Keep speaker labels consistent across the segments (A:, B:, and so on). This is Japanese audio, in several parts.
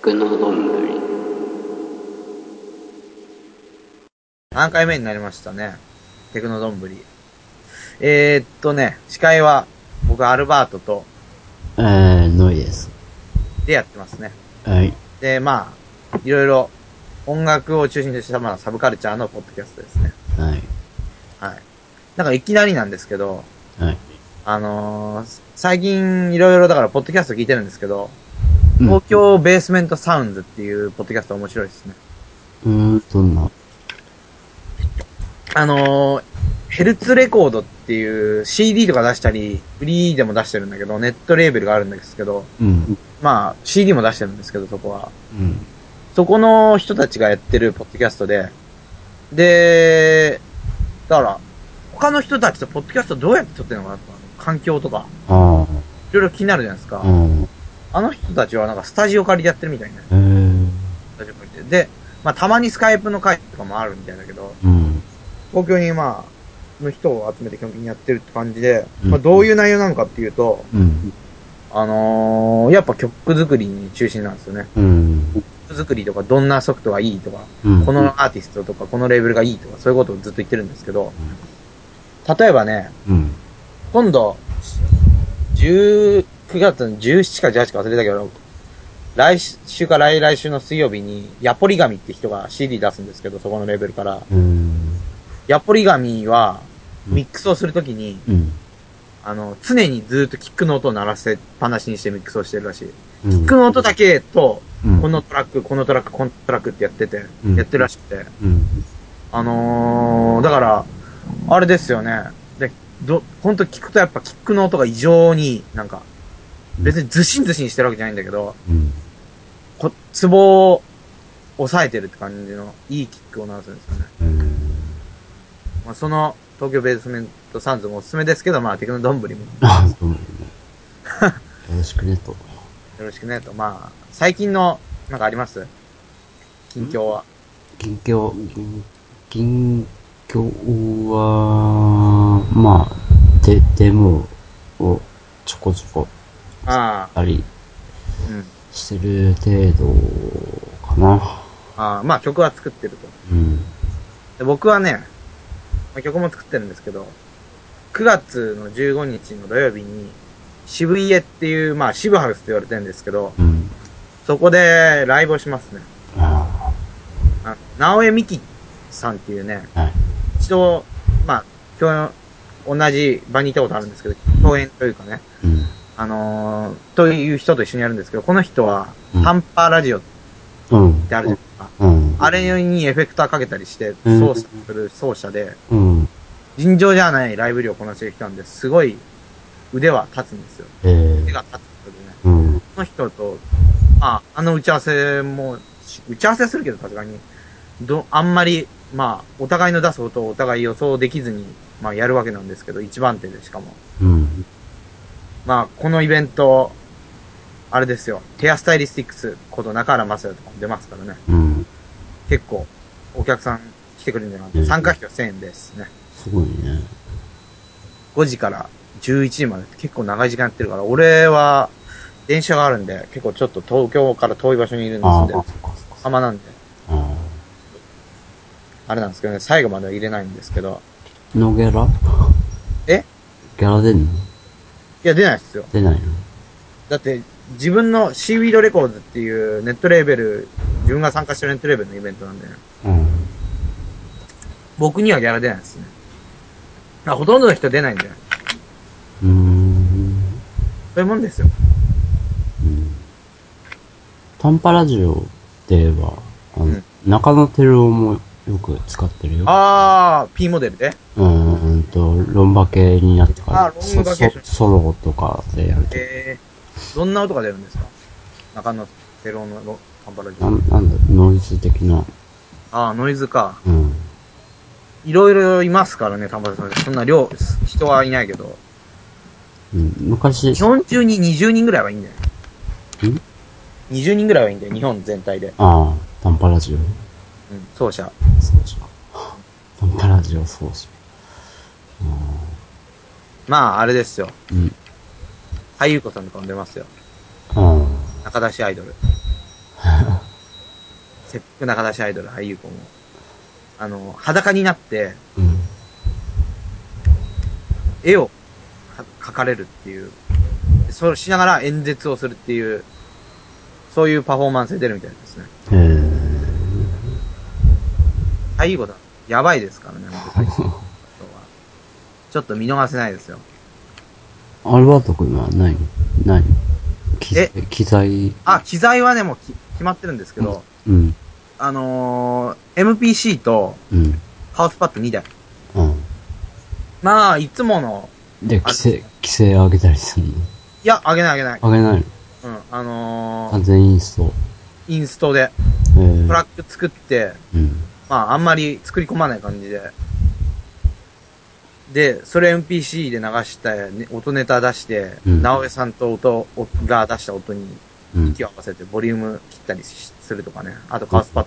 A: くのどんぶり
B: 何回目になりましたね。テクノどんぶり。えー、っとね、司会は、僕、アルバートと、
C: えー、ノイです。
B: でやってますね。
C: はい。
B: で、まあ、いろいろ、音楽を中心とした、まあ、サブカルチャーのポッドキャストですね。
C: はい。
B: はい。なんか、いきなりなんですけど、
C: はい。
B: あのー最近、いろいろ、だから、ポッドキャスト聞いてるんですけど、
C: うん
B: 東京ベースメントサウンズっていうポッドキャスト面白いですね。
C: うーん、どんな。
B: あのーヘルツレコードっていう CD とか出したり、フリーでも出してるんだけど、ネットレーベルがあるんですけど、
C: うん。
B: まあ CD も出してるんですけど、そこは。
C: うん。
B: そこの人たちがやってるポッドキャストで、で、だから、他の人たちとポッドキャストどうやって撮ってるのかなとか、環境とか、
C: あ
B: いろいろ気になるじゃないですか。
C: あ。うん。
B: あの人たちはなんかスタジオ借りてやってるみたいな。
C: えー。
B: スタジオ借りて。で、まあたまにスカイプの会とかもあるみたいだけど、
C: うん。
B: 東京にまあ、の人を集めて基本的にやってるって感じで、
C: うん
B: まあどういう内容なのかっていうと、
C: うん。
B: あのーやっぱ曲作りに中心なんですよね。
C: うん。
B: 曲作りとかどんなソフトがいいとか、
C: うん。
B: このアーティストとかこのレーベルがいいとか、そういうことをずっと言ってるんですけど、例えばね、
C: うん。
B: 今度、19月の17か18か忘れたけど、来週か来来週の水曜日に、ヤポリガミって人が CD 出すんですけど、そこのレーベルから。
C: うん。
B: ヤポリガミは、ミックスをするときに、
C: うん。
B: あの、常にずっとキックの音を鳴らせっぱなしにしてミックスをしてるらしい。
C: うん。
B: キックの音だけと、
C: うん
B: このトラック、このトラック、このトラックってやってて、
C: うん
B: やってるらしくて。
C: うん。
B: あのー、だから、あれですよね。で、ど、ほんと聞くとやっぱキックの音が異常に、なんか、別にズシンズシンしてるわけじゃないんだけど、
C: うん。
B: こ、ツボを抑えてるって感じの、いいキックを鳴らすんですよね。
C: うん。
B: まあ、その、東京ベースメントサウンズもおすすめですけど、まあ、テクノどんぶりも
C: ああ、どうもね。よろしくね、と。
B: よろしくねと。まあ、最近の、なんかあります近況は。
C: 近況、近況は、まあ、で、デモをちょこちょこ
B: ああ、
C: あり
B: うん。
C: してる程度かな。
B: ああ、まあ曲は作ってると。
C: うん。
B: で僕はね、まあ曲も作ってるんですけど、9月の15日の土曜日に、渋谷っていう、まあ渋ハウスって言われてるんですけど、
C: うん。
B: そこでライブをしますね。
C: あ
B: あの、直江美希さんっていうね、
C: あ、はい。
B: 一度、まあ、今日、同じ場にいたことあるんですけど、共演というかね、
C: うん。
B: あのーという人と一緒にやるんですけど、この人は
C: う、ん
B: ハンパーラジオっ
C: うん。
B: てあるじゃないですか。
C: うん。
B: あれにエフェクターかけたりして、
C: うん
B: 操作する奏者で、
C: うん。
B: 尋常じゃないライブ量をこなしてる人なんで、すごい腕は立つんですよ。
C: ええ
B: 手が立つんでね。
C: うん。
B: その人と、まあ、あの打ち合わせも、し打ち合わせするけどさすがに、ど、あんまり、まあ、お互いの出すことをお互い予想できずに、まあ、やるわけなんですけど、一番手でしかも。
C: うん。
B: まあ、このイベント、あれですよ、ヘアスタイリスティックスこと中原正也とかも出ますからね。
C: うん。
B: 結構、お客さん来てくれるんじゃないかな。参加費は1000円ですね。
C: すごいね。
B: 5時から11時までって結構長い時間やってるから、俺は電車があるんで、結構ちょっと東京から遠い場所にいるんで
C: あ
B: す
C: あ、
B: んで
C: そっ、かそっか。
B: 浜なんで、
C: あ
B: あれなんですけどね、最後までは入れないんですけど、
C: あ。のギャラ
B: え
C: ギャラ出んの
B: いや出ないっすよ。
C: 出ない
B: だって、自分のシーウィードレコーズっていうネットレーベル、自分が参加してるネットレーベルのイベントなんでね、
C: のうん。
B: 僕にはギャラ出ないですね。まあ、ほとんどの人出ないんで、
C: うーん。
B: そういうもんですよ。
C: タンパラジオで言えば、あの、
B: うん
C: 中野照夫もよく使ってるよ。
B: あー、P モデルで
C: うーんと、ロンバケになってから、
B: あロンバケ
C: そそソロとかでやると。
B: えー、どんな音が出るんですか中野テロのロカンパラジオ
C: なん、なんだ、ノイズ的な。
B: ああ、ノイズか。
C: うん。
B: いろいろいますからね、丹波さん。そんな量、人はいないけど。
C: うん、昔
B: 日、本中に20人ぐらいはいいんだよ。
C: ん
B: ?20 人ぐらいはいいんだよ、日本全体で。
C: ああ、タンパラジオ
B: うん、奏者。
C: 奏者。タンパラジオ奏者。
B: まあ、あれですよ。
C: うん。
B: 俳優子さんとかも出ますよ。
C: ああ、
B: 中出しアイドル。切腹中出しアイドル、俳優子も。あの、裸になって、
C: うん。
B: 絵をか描かれるっていう、そうしながら演説をするっていう、そういうパフォーマンスで出るみたいですね。
C: へえ。
B: 最後だ。やばいですからね、本当に今日はちょっと見逃せないですよ。
C: アルバート君は何何機材
B: え
C: 機材
B: あ、機材はね、もうき決まってるんですけど、
C: うん。
B: あのー、MPC と
C: うん。
B: ハウスパッド2台。
C: う
B: まあ、いつもの、
C: ん。で、
B: あ
C: 規制、規制上げたりするの
B: いや、あげないあげない。
C: 上げないの
B: うん、あの
C: 完全インスト。
B: ー、インストで
C: えー、
B: トラック作って、
C: うん。
B: まあ、あんまり作り込まない感じで。で、それ MPC で流した、ね、音ネタ出して、
C: うん
B: 直江さんと音をが出した音に
C: うん
B: 息。を合わせてボリューム切ったりしするとかね。あとカースパッ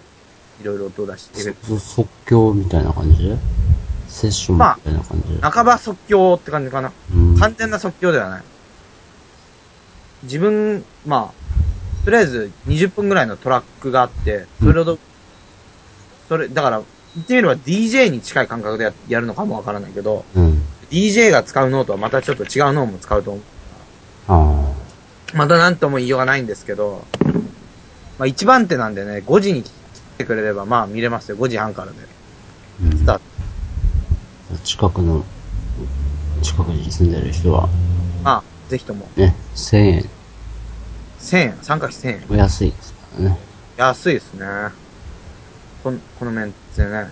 B: ド、いろいろ音を出してる。
C: そ即興みたいな感じセッションみたいな感じ、
B: 半ば即興って感じかな。
C: うん、
B: 完全な即興ではない。自分、まあ、とりあえず20分ぐらいのトラックがあって、それをど、それ、だから、言ってみれば DJ に近い感覚でややるのかもわからないけど、
C: うん。
B: DJ が使う脳とはまたちょっと違う脳も使うと思
C: あ
B: う。また何とも言いようがないんですけど、まあ一番手なんでね、5時に来てくれればまあ見れますよ。5時半からで。
C: あ。うん
B: スタート。
C: 近くの、近くに住んでる人は、
B: まあ、ぜひとも。
C: ね、1000円、
B: 1000円、参加費1000円。
C: お安いですからね。
B: 安いですね。こんこのメンツでね。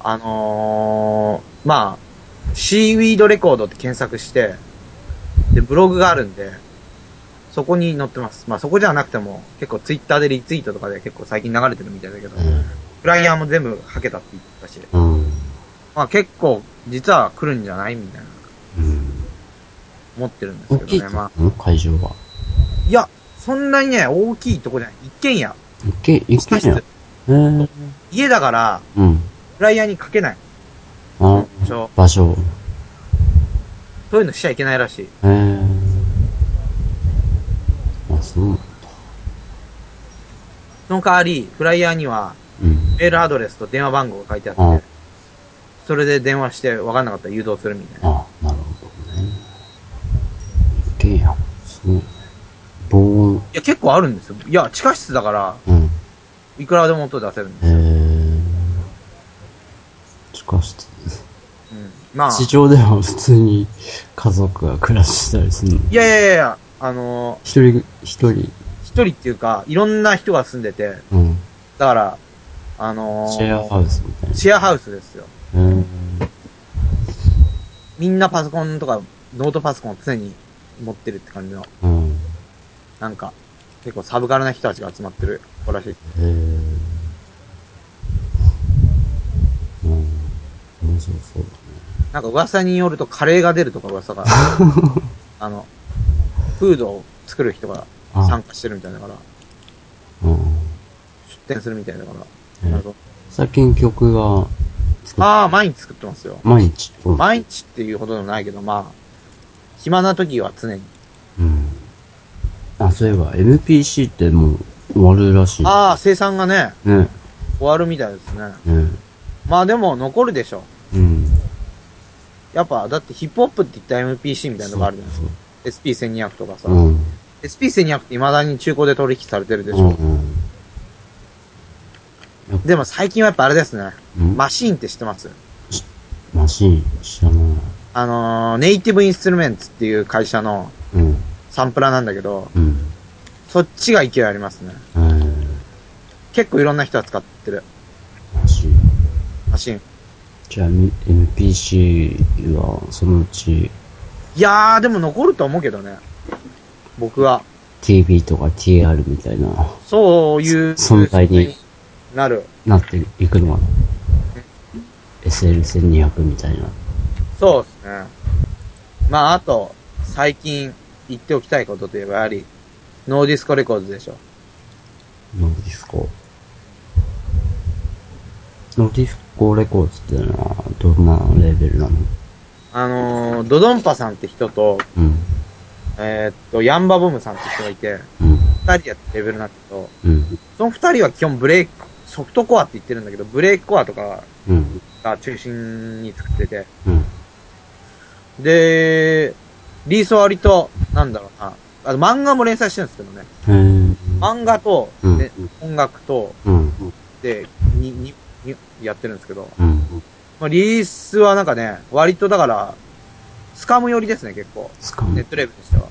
B: あのー、まあ、シーウィードレコードって検索して、で、ブログがあるんで、そこに載ってます。まあそこじゃなくても、結構ツイッターでリツイートとかで結構最近流れてるみたいだけど、フライヤーも全部はけたって言ってたし、
C: うん。うん。
B: まあ結構実は来るんじゃないみたいな、
C: うん。
B: 思ってるんで
C: 大
B: す
C: き
B: け
C: い
B: どね。ま
C: とこ会場は。
B: あ、いや、そんなにね、大きいとこじゃない。一軒家。
C: 一軒、一
B: 一
C: 軒や
B: 室。。
C: えー、
B: 家だから、
C: うん。
B: フライヤーにかけない。
C: あ
B: そう
C: 場所。
B: そういうのしちゃいけないらしい。
C: えー。あ、そうなんだ。
B: その代わり、フライヤーには、
C: うん。
B: メールアドレスと電話番号が書いてあ
C: あ
B: って、それで電話して分かんなかったら誘導するみたいな。
C: あ、なるほどね。一軒家。すごいね。防
B: いや、結構あるんですよ。いや、地下室だから、
C: 音、うん。
B: いくらでも音出せるんで
C: え
B: すよ。
C: ー、地下室。
B: うん。まあ、
C: 地上では普通に家族が暮らしたりするの。
B: いやいやいや、あの
C: 一人、一人、
B: ー、一人っていうか、いろんな人が住んでて、だ
C: うん。
B: から、あのー、
C: シェアハウスみたいな。
B: シェアハウスですよ。
C: えー、
B: みんなパソコンとか、ノートパソコンを常に持ってるって感じの、
C: うん。
B: なんか、結構サブカルな人たちが集まってる、ここらしい。
C: えー、うん。面白そうだね。
B: なんか噂によるとカレーが出るとか噂 が、あの、フードを作る人が
C: あ
B: 参加してるみたいだから、
C: うん。
B: 出店するみたいだから。
C: えー
B: なるほど
C: 最近曲が作っ、
B: ああ、毎日作ってますよ。
C: 毎日。うん
B: 毎日っていうほどでもないけど、まあ、暇な時は常に。
C: うん。あ、そういえば MPC ってもう終わるらしい。
B: ああ、生産がね、
C: ね。
B: 終わるみたいですね。
C: ね。
B: まあでも残るでしょ。
C: うん。
B: やっぱ、だってヒップホップって言ったら MPC みたいなのがあるじゃない
C: そう
B: ですか。SP1200 とかさ。
C: そう。うん。
B: SP1200 って未だに中古で取引されてるでし
C: うん
B: ょ。
C: うん。
B: でも最近はやっぱあれですね。
C: うん
B: マシーンって知ってます
C: マシン知らない。
B: あのーネイティブインストゥルメンツっていう会社の
C: うん。
B: サンプラーなんだけど、
C: うん。
B: そっちが勢いありますね。
C: えー、
B: 結構いろんな人が使ってる
C: マシン。
B: マシン。
C: じゃあ、み MPC はそのうち
B: いやー、でも残ると思うけどね。僕は。
C: TB とか TR みたいな、
B: そういう。
C: 存在に
B: なる。
C: なっていくのかな。SL1200 みたいな。
B: そうですね。まあ、あと、最近言っておきたいことといえば、やはり、ノーディスコレコードでしょ。
C: ノーディスコ。ノーディスコレコーズってのは、どんなレベルなの
B: あのー、ドドンパさんって人と、
C: うん。
B: えーっと、ヤンバボムさんって人がいて、
C: うん。
B: 二人やってレベルなんだけど、
C: うん。
B: その二人は基本ブレイク、ソフトコアって言ってるんだけど、ブレイクコアとか
C: うん。
B: が中心に作ってて、
C: うん。
B: で、リースは割と、なんだろうな、あの漫画も連載してるんですけどね、
C: へー
B: 漫画と、
C: うん
B: で音楽と、
C: うん。
B: で、に、に、にやってるんですけど、
C: うん。
B: まあ、リリースはなんかね、割とだから、スカム寄りですね、結構。
C: つかむ。
B: ネットレベルとしては。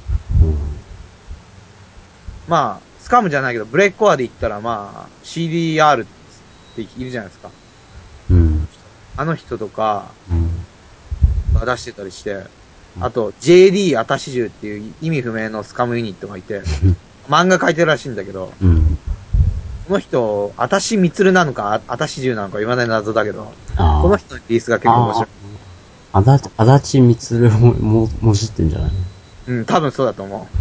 B: まあ、スカムじゃないけど、ブレイクコアで言ったらまあ、CDR っているじゃないですか。
C: うん。うん。
B: あの人とか
C: うん。
B: が出してたりして、あと、JD アタシジュっていう意味不明のスカムユニットがいて、漫画描いてるらしいんだけど、
C: うん。
B: この人、アタシミツルなのか、あアタシジュなのか言わない謎だけど、
C: ああ。
B: この人のリリースが結構面白い
C: あ。あだち、あだちみつるも、も、もじってんじゃない
B: うん、多分そうだと思う。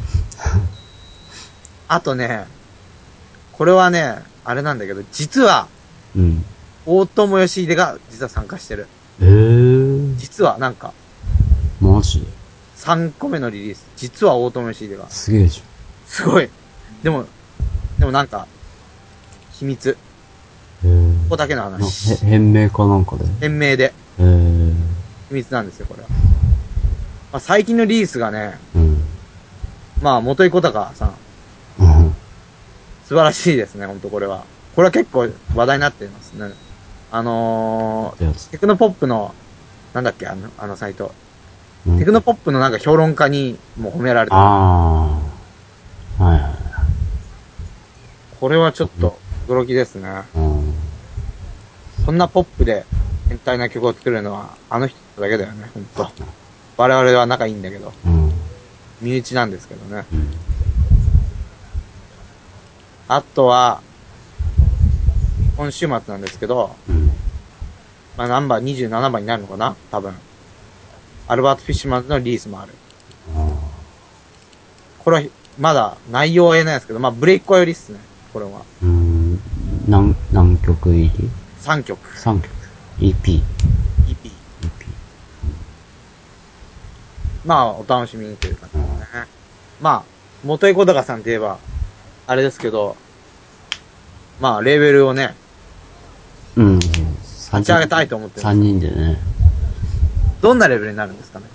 B: あとね、これはね、あれなんだけど、実は、
C: うん。
B: 大友義秀が実は参加してる。
C: ええー、
B: 実は、なんか、
C: マジで
B: 3個目のリリース。実は大友義秀が。
C: すげえじ
B: すごい。でも、でもなんか、秘密。
C: ゃん。え
B: こ
C: ー
B: こだけの
C: な
B: 話。
C: へ、変名かなんかで。
B: 店名で、
C: えー、
B: 秘密なんですよ、これは。まあ、最近のリリースがね、
C: うん。
B: まあ、元井小鷹さん。
C: うん。
B: 素晴らしいですね、ほんとこれは。これは結構話題になっていますね。あの
C: ってやつ
B: ー、。テクノポップの、なんだっけ、あの、あのサイト。
C: うん
B: テクノポップのなんか評論家にも褒められた。
C: ああ。はいはい。
B: これはちょっと驚きですね。
C: うん。
B: そんなポップで変態な曲を作るのはあの人だけだよね、ほんと。我々は仲いいんだけど、
C: うん。
B: 身内なんですけどね。
C: うん。
B: あとは、今週末なんですけど、
C: うん。
B: まあ、ナンバー27番になるのかな多分。アルバート・フィッシュマンズのリリースもある。これは、まだ内容は言えないですけど、まあ、ブレイクコアよりっすね。これは。
C: うん。何、何曲入り
B: 3曲。
C: ?3 曲。EP。
B: EP。まあ、お楽しみにというかね。まあ、元井小高さんといえば、あれですけど、まあ、レーベルをね、
C: うん。
B: 立
C: 立
B: ち上げたいと思ってる
C: 3人でね。
B: どんなレベルになるんですかね。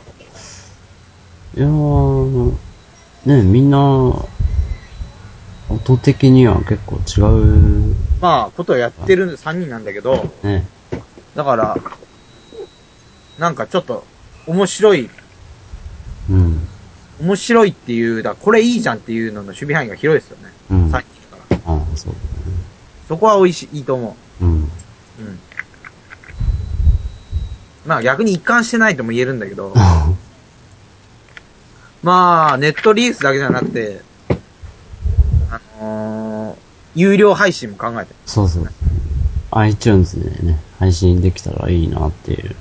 C: いやー、ねみんな、音的には結構違う、
B: まあ、ことをやってる3人なんだけど、
C: ね。
B: だから、なんかちょっと、面白い、
C: うん。
B: 面白いっていう、だこれいいじゃんっていうのの守備範囲が広いですよね。
C: うん。
B: 3
C: あ
B: 人だから。
C: あ、そう
B: そこは美味しい、いいと思
C: だね。うん。
B: う。うん。まあ逆に一貫してないとも言えるんだけど、まあ、ネットリリースだけじゃなくて、あのー、有料配信も考えてる。
C: そうそう。iTunes でね、配信できたらいいなっていう。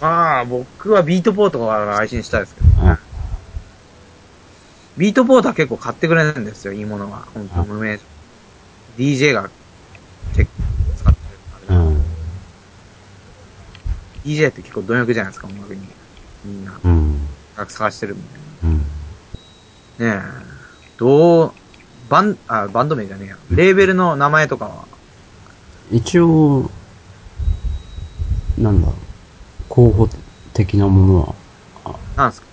B: まあ、僕はビートポートから配信したいですけど、
C: うん。
B: ビートポートは結構買ってくれるんですよ、いいものは。本当無名。DJ が結構使ってるからね。
C: うん。
B: DJ って結構貪欲じゃないですか、音楽に。みんな、
C: うん。
B: 探してるみたいな。
C: うん。
B: ねえ、どう、バン、あ、バンド名じゃねえや。レーベルの名前とかは、
C: 一応、なんだ、候補的なものは、あ
B: なんですか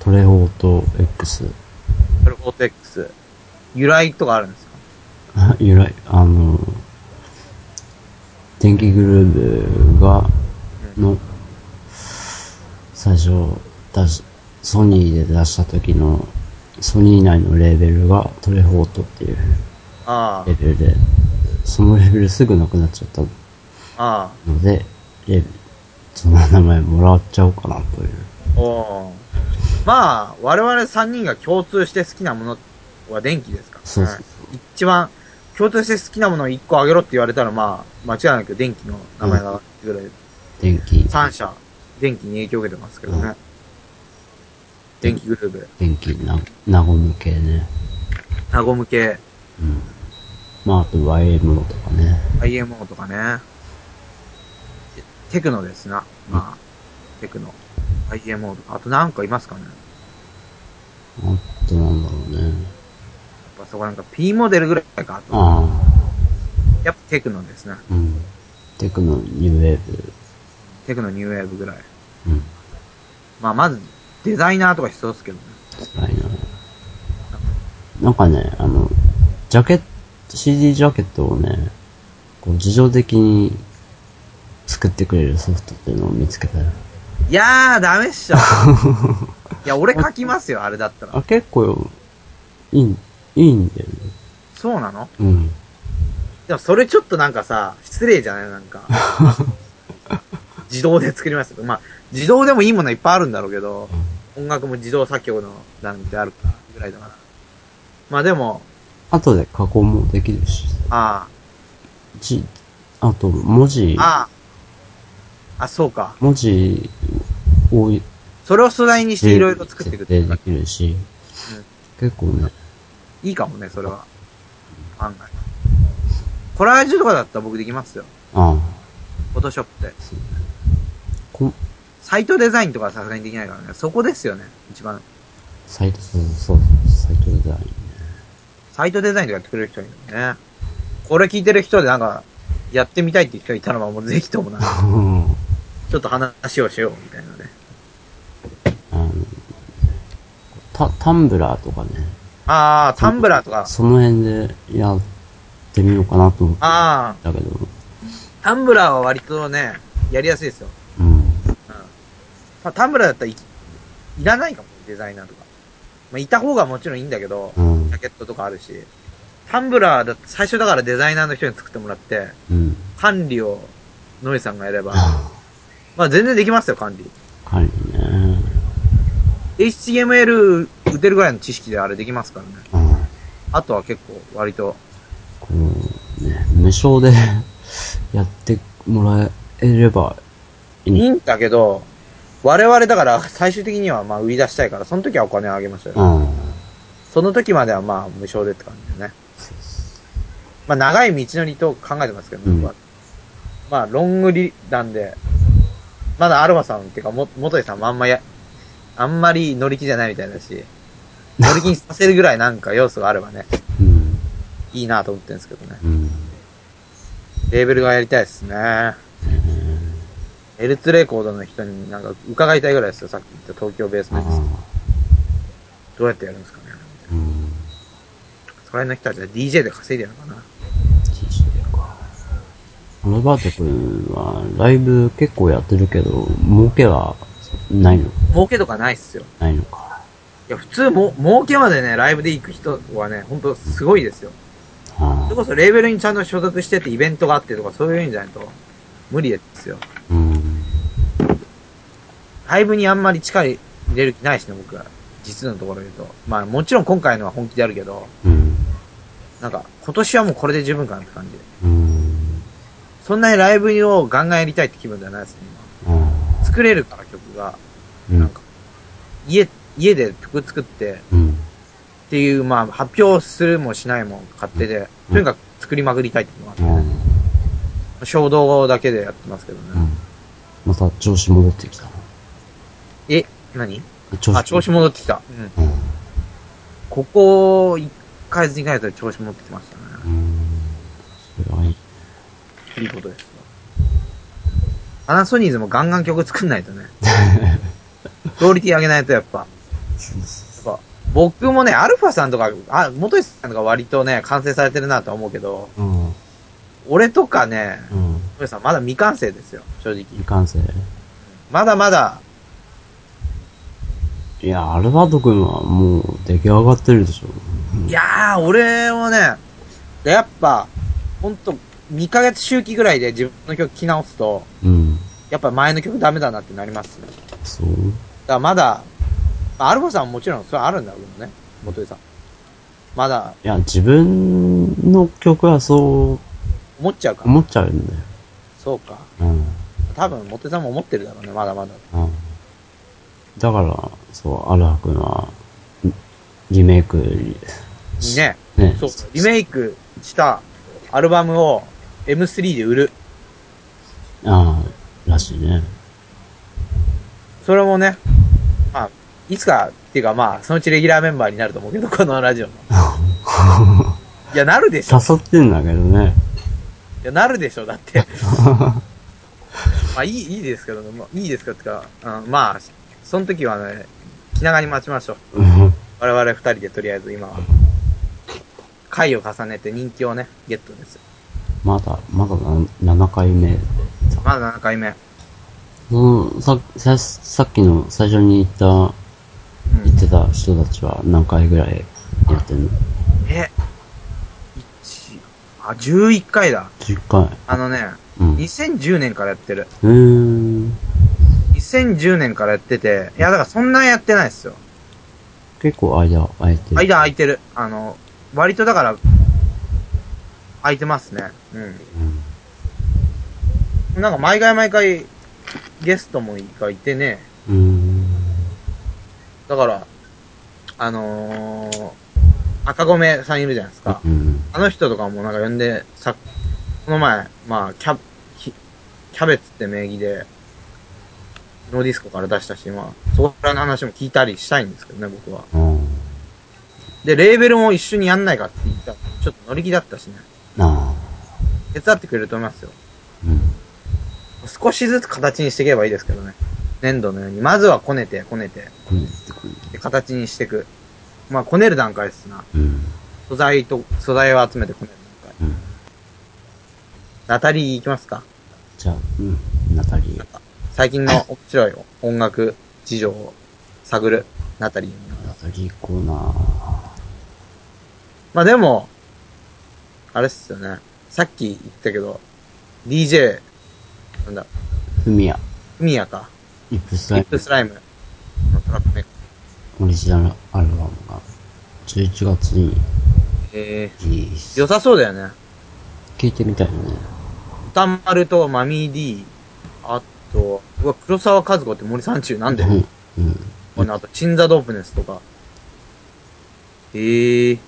C: トレオート X。
B: アルフォーテックス。由来とかあるんですか
C: あ由来、あの、電気グルーブが、の、最初出し、ソニーで出した時の、ソニー内のレーベルがトレフォートっていう
B: あ
C: レベルで、そのレベルすぐなくなっちゃったの
B: あ、あ
C: で、レその名前もらっちゃおうかなという。
B: あ、おお。まあ、我々三人が共通して好きなものは電気ですから、ね。
C: そうそう
B: 一番、共通して好きなものを一個あげろって言われたら、まあ、間違いなく電気の名前がぐらい、
C: 電気、
B: 三社、電気に影響を受けてますけどね。
C: うん
B: 電気グループ、
C: 電気な、なごむ系ね。
B: ナゴム系、
C: まあ、あと YMO とかね。
B: IMO とかね。テテクノですな。まあ、テクノ。IMO とか。あとなんかいますかね。
C: あとなんだろうね。
B: やっぱ好そこなんか P モデルぐらいかと。
C: ああ、
B: やっぱテクノですね。
C: うん。テクノ、ニューウェーブ。
B: テクノニューウェーブぐらい。
C: うん。
B: まあまず、デザイナーとか必要ですけどね。
C: 辛いな。なんかね、あの、ジャケット、CD ジャケットをね、こう、自動的に作ってくれるソフトっていうのを見つけたよ。
B: いやー、ダメっしょ。いや、俺書きますよ、あれだったら。
C: あ、結構、いい、いいんだよね。
B: そうなの
C: うん。
B: でもそれちょっとなんかさ、失礼じゃないなんか。自動で作りましたけど、まあ、自動でもいいものはいっぱいあるんだろうけど、音楽も自動作業のなんてあるから、ぐらいだから。まあでも、
C: 後で加工もできるし。
B: あ
C: じ、あと、文字
B: あ、、ああ、あ、そうか。
C: 文字を
B: それを素材にしていろいろ作っていくってい
C: 設
B: う
C: 定
B: か
C: できるし、結構ね、
B: いいかもね、それは。案外。コラージュとかだったら僕できますよ。
C: ああ、
B: フォトショップって。
C: こ
B: サイトデザインとかはさすがにできないからね。そこですよね、一番。
C: サイト、そうそうそう、サイトデザイン ね。
B: サイトデザインとかやってくれる人いるよね。これ聞いてる人でなんか、やってみたいって人いたらもうぜひともな、ち
C: うん
B: ょっと話をしようみたいなね。
C: あのタタンブラーとかね、
B: あー、タンブラーとか。
C: その辺でやってみようかなと思ってた
B: あ
C: けど、
B: ー、タンブラーは割とね、やりやすいですよ。
C: うん。
B: まあ、タンブラーだったらいいらないかも、デザイナーとか。まあ、いた方がもちろんいいんだけど、
C: うん
B: ジャケットとかあるし。タンブラーだって最初だからデザイナーの人に作ってもらって、
C: うん。
B: 管理をノイさんがやれば、まあ全然できますよ、管理。
C: 管理ね。
B: HTML 打てるぐらいの知識であれできますからね。
C: うん。
B: あとは結構割と、
C: こう、ね、無償で やってもらえればい
B: い
C: い。
B: いんだけど、我々だから最終的にはまあ売り出したいから、その時はお金をあげましょう
C: う
B: よ。
C: ん。
B: その時まではまあ無償でって感じだね。まあ長い道のりと考えてますけど、僕は。
C: うん
B: まあロングリなんで、まだアルファさんっていうかも、元井さんもあんまや、あんまり乗り気じゃないみたいだし、乗り気にさせるぐらいなんか要素があればね、
C: うん。
B: いいなと思ってるんですけどね。
C: うん。
B: レーベルがやりたいですね。エルツレコードの人になんか伺いたいぐらいですよ、さっき言った東京ベース
C: あ
B: メンツ。
C: あ。
B: どうやってやるんですかね。
C: うん。
B: そこら辺の人たちは DJ で稼いでるのかな。
C: DJ か。ロバート君はライブ結構やってるけど、儲けはないの
B: 儲けとかないっすよ。
C: ないのか。
B: いや、普通も、儲けまでね、ライブで行く人はね、ほんとすごいですよ。
C: あ
B: それこ
C: あ。
B: そレーベルにちゃんと所属しててイベントがあってとかそういうんじゃないと無理ですよ。
C: うん。
B: ライブにあんまり力入れる気ないしね、僕は。実のところ言うと。まあもちろん今回のは本気でやるけど、
C: うん。
B: なんか今年はもうこれで十分かなって感じ。
C: うん。
B: そんなにライブをガンガンやりたいって気分じゃないですね、
C: あ
B: 今。作れるから曲が。
C: あ。うん
B: なん。か、家、家で曲作って、
C: うん。
B: っていう、まあ、発表するもしないも買ってて、とにかく作りまくりたいっていうのがあって
C: う
B: ね、
C: ん。
B: 衝動だけでやってますけど
C: う
B: ね。
C: ん。また調子戻ってきたな。
B: え、何
C: 調
B: あ、調子戻ってきた。うん。
C: うん。
B: ここ、1ヶ月2ヶ月で調子戻ってきましたね。
C: うん。それはいい。
B: いいことですよ。パナソニーズもガンガン曲作んないと ね。クオリティ上げないとやっぱ。やっぱ僕もね、アルファさんとか、あ、元石さんとか割とね、完成されてるなとは思うけど、
C: うん。う
B: 俺とかね、
C: ん。
B: 元石さんまだ未完成ですよ、正直。
C: 未完成。
B: まだまだ、
C: いや、アルバート君はもう出来上がってるでしょ。
B: いやー、俺はね、やっぱ、ほんと、2ヶ月周期ぐらいで自分の曲聴き直すと、
C: うん。
B: やっぱ前の曲ダメだなってなりますね。
C: そう
B: だからまだ、まあアルファさんももちろんそれはあるんだろうけどね、元井さん。まだ
C: いや、自分の曲はそう
B: 思っちゃうから。
C: 思っちゃうんだよ。
B: そうか。
C: うん。
B: 多分元井さんも思ってるだろうね、まだまだ。
C: うん。だから、そう、アルハ君は、リメイク、
B: ね。
C: ね。
B: そう。リメイクしたアルバムを M3 で売る。
C: ああ、らしいね。
B: それもね、まあ、いつか、っていうかまあ、そのうちレギュラーメンバーになると思うけど、このラジオの。いや、なるでしょ。
C: 誘ってんだけどね。
B: いや、なるでしょ、だって。まあ、いい、いいですけどね。まあ、いいですけど、ってか、うん、まあ、その時はね、気長に待ちましょう。
C: うん
B: 我々二人でとりあえず今は、回を重ねて人気をね、ゲットですよ。
C: まだ、まだな7回目。
B: まだ7回目。
C: その、さ、さ、さっきの最初に言った、
B: うん
C: 言ってた人たちは何回ぐらいやってんの
B: え、一あ、11回だ。
C: ?10 回。
B: あのね、
C: うん。う
B: 2010年からやってる。
C: ーん。
B: 2010年からやってて、いや、だからそんなやってないっすよ。
C: 結構間、空いてる。
B: 間空いてる。あの、割とだから、空いてますね。うん。なんか毎回毎回、ゲストもがいてね、
C: うーん。
B: だから、あのー、赤米さんいるじゃないですか
C: う。ん。
B: あの人とかもなんか呼んで、さ、この前、まあ、キャ、キキャベツって名義で、ノーディスコから出したし、まあ、そこらの話も聞いたりしたいんですけどね、僕は。
C: うん。
B: で、レーベルも一緒にやんないかって言ったらちょっと乗り気だったしね。
C: ああ。
B: 手伝ってくれると思いますよ。
C: うん。
B: 少しずつ形にしていけばいいですけどね。粘土のように。まずはこねて、こねて。
C: これってこれ。
B: で、形にしていく。まあ、こねる段階ですな。
C: うん。
B: 素材と、素材を集めてこねる段階。
C: うん。
B: ナタリー行きますか
C: じゃあ、うん。ナタリー。
B: 最近の面白い音楽事情を探るナタリーに。
C: ナタリーコーナー。
B: まあでも、あれっすよね。さっき言ったけど、DJ、なんだ、
C: フミヤ。
B: フミヤか。
C: イップス
B: リ
C: ライ
B: ップスライムのトラップメーカー。
C: オリジナルアルバムが11月に
B: え
C: リリース
B: ー、。良さそうだよね。
C: 聞いてみたいよね。
B: 歌丸とマミー D、あと、うわ、黒沢和子って森三中なんで、
C: うん。うん。
B: このあと、チンザドープネスとか。えー、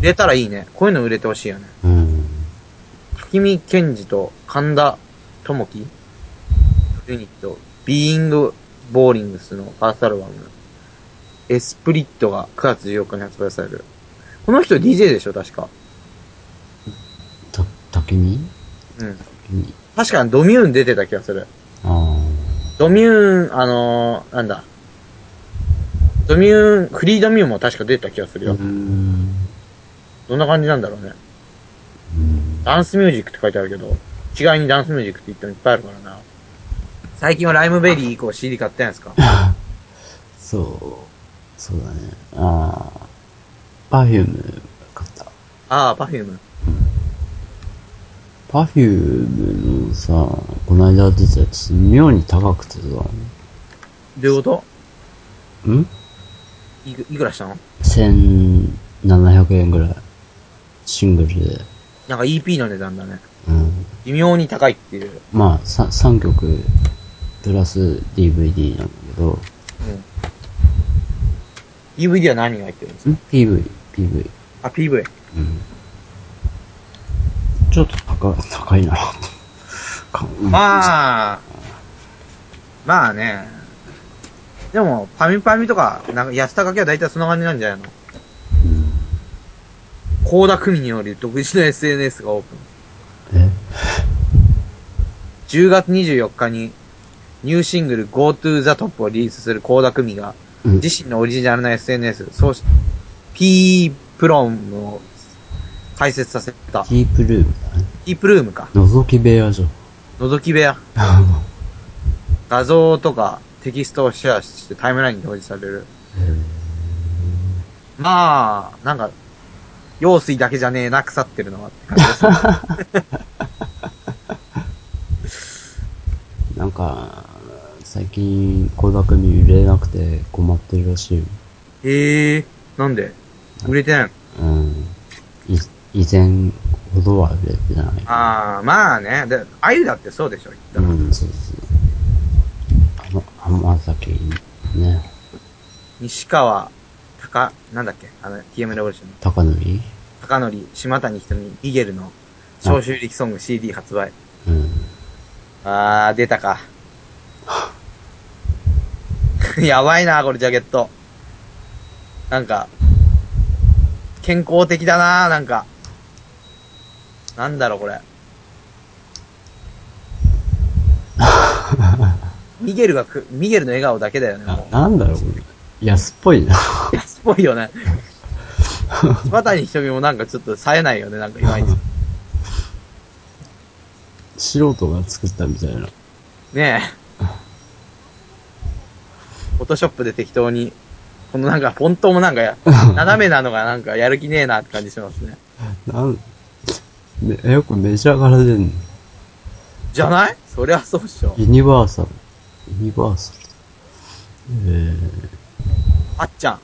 B: 売れたらいいね。こういうの売れてほしいよね。
C: うん。
B: 滝見健二と神田智樹ユニット、ビーイングボーリングスのファーストアルバム、エスプリットが9月14日に発売される。この人 DJ でしょ、確か。
C: た、竹見
B: うん。
C: 竹見
B: 確かにドミューン出てた気がする。
C: あ
B: ドミューン、あのー、なんだ。ドミューン、フリードミューンも確か出てた気がする
C: あ。
B: よ。
C: ん。
B: どんな感じなんだろうね。ダンスミュージックって書いてあるけど、一概にダンスミュージックって言ってもいっぱいあるからな。最近はライムベリー以降 CD 買ってないですか
C: そう。そうだね。ああ。パフューム買った。
B: ああ、パフューム。
C: パフュームのさ、この間出たやつ、妙に高くてさ、
B: どういうこと
C: ん
B: いくいくらしたの
C: ?1700 円ぐらい。シングルで。
B: なんか EP の値段だね。
C: うん。
B: 微妙に高いっていう。
C: まあ、さ3曲、プラス DVD なんだけど、
B: うん。DVD は何が入ってるんですか
C: ん ?PV、PV。
B: あ、PV。
C: うん。ちょっと高い、高いなと。かうん
B: まあ、まあね。でも、パミパミとか、なんか安高系は大体そんな感じなんじゃないの
C: うん
B: 高田組により独自の SNS がオープン。
C: え
B: 10月24日に、ニューシングル Go to the Top をリリースする高田組が、
C: うん。
B: 自身のオリジナルな SNS、そうし、P プロムを開設させた。
C: キープルームだね。
B: キープルームか。
C: 覗き部屋じ
B: 覗き部屋。
C: ゃ ん。
B: 画像とかテキストをシェアしてタイムラインに表示される。まあ、なんか、用水だけじゃねえな、腐ってるのはって感じですね。
C: なんか、最近、小田組売れなくて困ってるらしいよ。
B: へえ、なんで売れてないの
C: うん。い以前ほどは売れてない。
B: ああ、まあね。で、あゆだってそうでしょ、言った
C: う
B: ら。
C: ん、そうそう。あの、甘酒ね、
B: 西川、高、なんだっけあの、TM レボリューションの。
C: 高典
B: 高則、島谷ひとみ、イゲルの、消臭力ソング CD 発売。
C: うん。
B: あー、出たか。 やばいな、これジャケット。なんか、健康的だななんか。なんだろう、これ。 ミゲルがく、ミゲルの笑顔だけだよね、
C: な
B: も、
C: なんだろう、これ。安っぽいな。
B: う。安っぽいよね。柴谷瞳もなんかちょっと冴えないよね、なんかいまいち。
C: 素人が作ったみたいな。
B: ねえ。フォトショップで適当に、このなんか、フォントもなんかや、斜めなのがなんかやる気ねえなって感じしますね。
C: なん、めよくメジャーから出んの。
B: じゃないそりゃそうっしょ。
C: ユニバーサル。ユニバーサル。え
B: あっちゃん。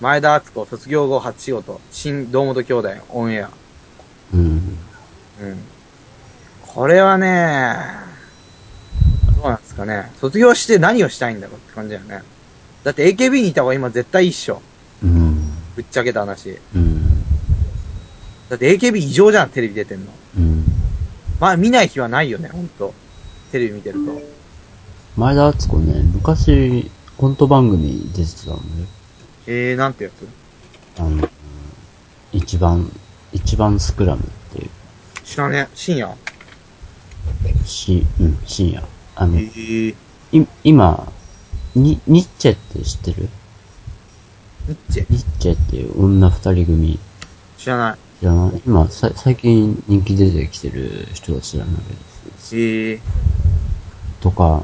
B: 前田敦子、卒業後初仕事。新堂本兄弟、オンエア。
C: ー、うん。
B: うん。これはね、どうなんですかね。卒業して何をしたいんだろうって感じだよね。だって AKB にいた方が今絶対いいっしょ。
C: うん。
B: ぶっちゃけた話。
C: うん。
B: だって AKB 異常じゃん、テレビ出てんの。
C: うん。
B: まあ見ない日はないよね、ほんと。テレビ見てると。
C: 前田敦子ね、昔、コント番組出てたんだよ。
B: えー、なんてやつ
C: あの、うん一番、一番スクラムっていう、
B: 知らねえ。深夜
C: し、うん、深夜。あ
B: え
C: の、い、
B: ー、
C: 今、に、ニッチェって知ってる
B: ニッチェ
C: ニッチェっていう女二人組。
B: 知らない。
C: 知らない今、さ、最近人気出てきてる人たちなんだけど、
B: えー、
C: とか、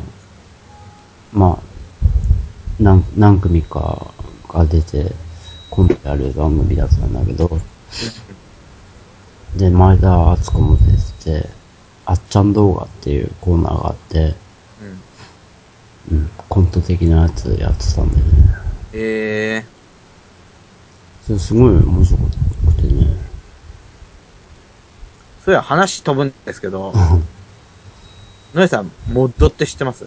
C: まあ、何、何組かが出て、コンペある番組だったんだけど、で、前田敦子も出てて、あっちゃん動画っていうコーナーがあって、
B: うん。
C: うん、コント的なやつやってたんだよね。
B: えー、
C: それすごい面白くてね。
B: そういや話飛ぶんですけど、のえさん、モッドって知ってます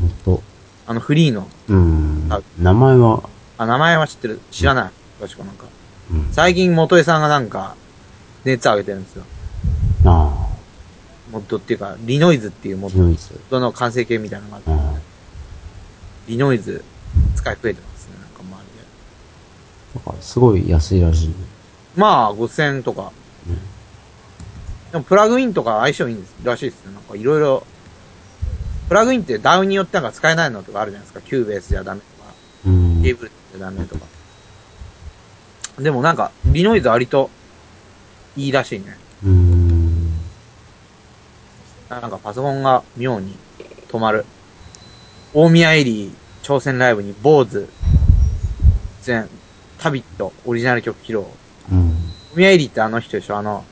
C: ほんと。
B: あのフリーの。
C: うん
B: あ。
C: 名前は、
B: あ、名前は知ってる。知らない。確かなんか。
C: うん。
B: 最近元江さんがなんか、熱上げてるんですよ。
C: あ
B: モッドっていうか、リノイズっていうモ
C: あ、
B: ッ
C: ノイズ。
B: ドの完成形みたいなのがあって、
C: あ
B: リノイズ使い増えてますね。なんか周りで。
C: あ。だからすごい安いらしいね。
B: まあ、5000とか。でも、プラグインとか相性いいんです、らしいですね。なんか、いろいろ。プラグインってダウンによってなんか使えないのとかあるじゃないですか。キューベースじゃダメとか、
C: うん。
B: ケーブルじゃダメとか。でもなんか、リノイズ割と、いいらしいね。
C: うん。
B: なんかパソコンが妙に止まる。大宮エリー、挑戦ライブに坊主、出演、タビット、オリジナル曲披露。
C: うん。
B: 大宮エリーってあの人でしょあの、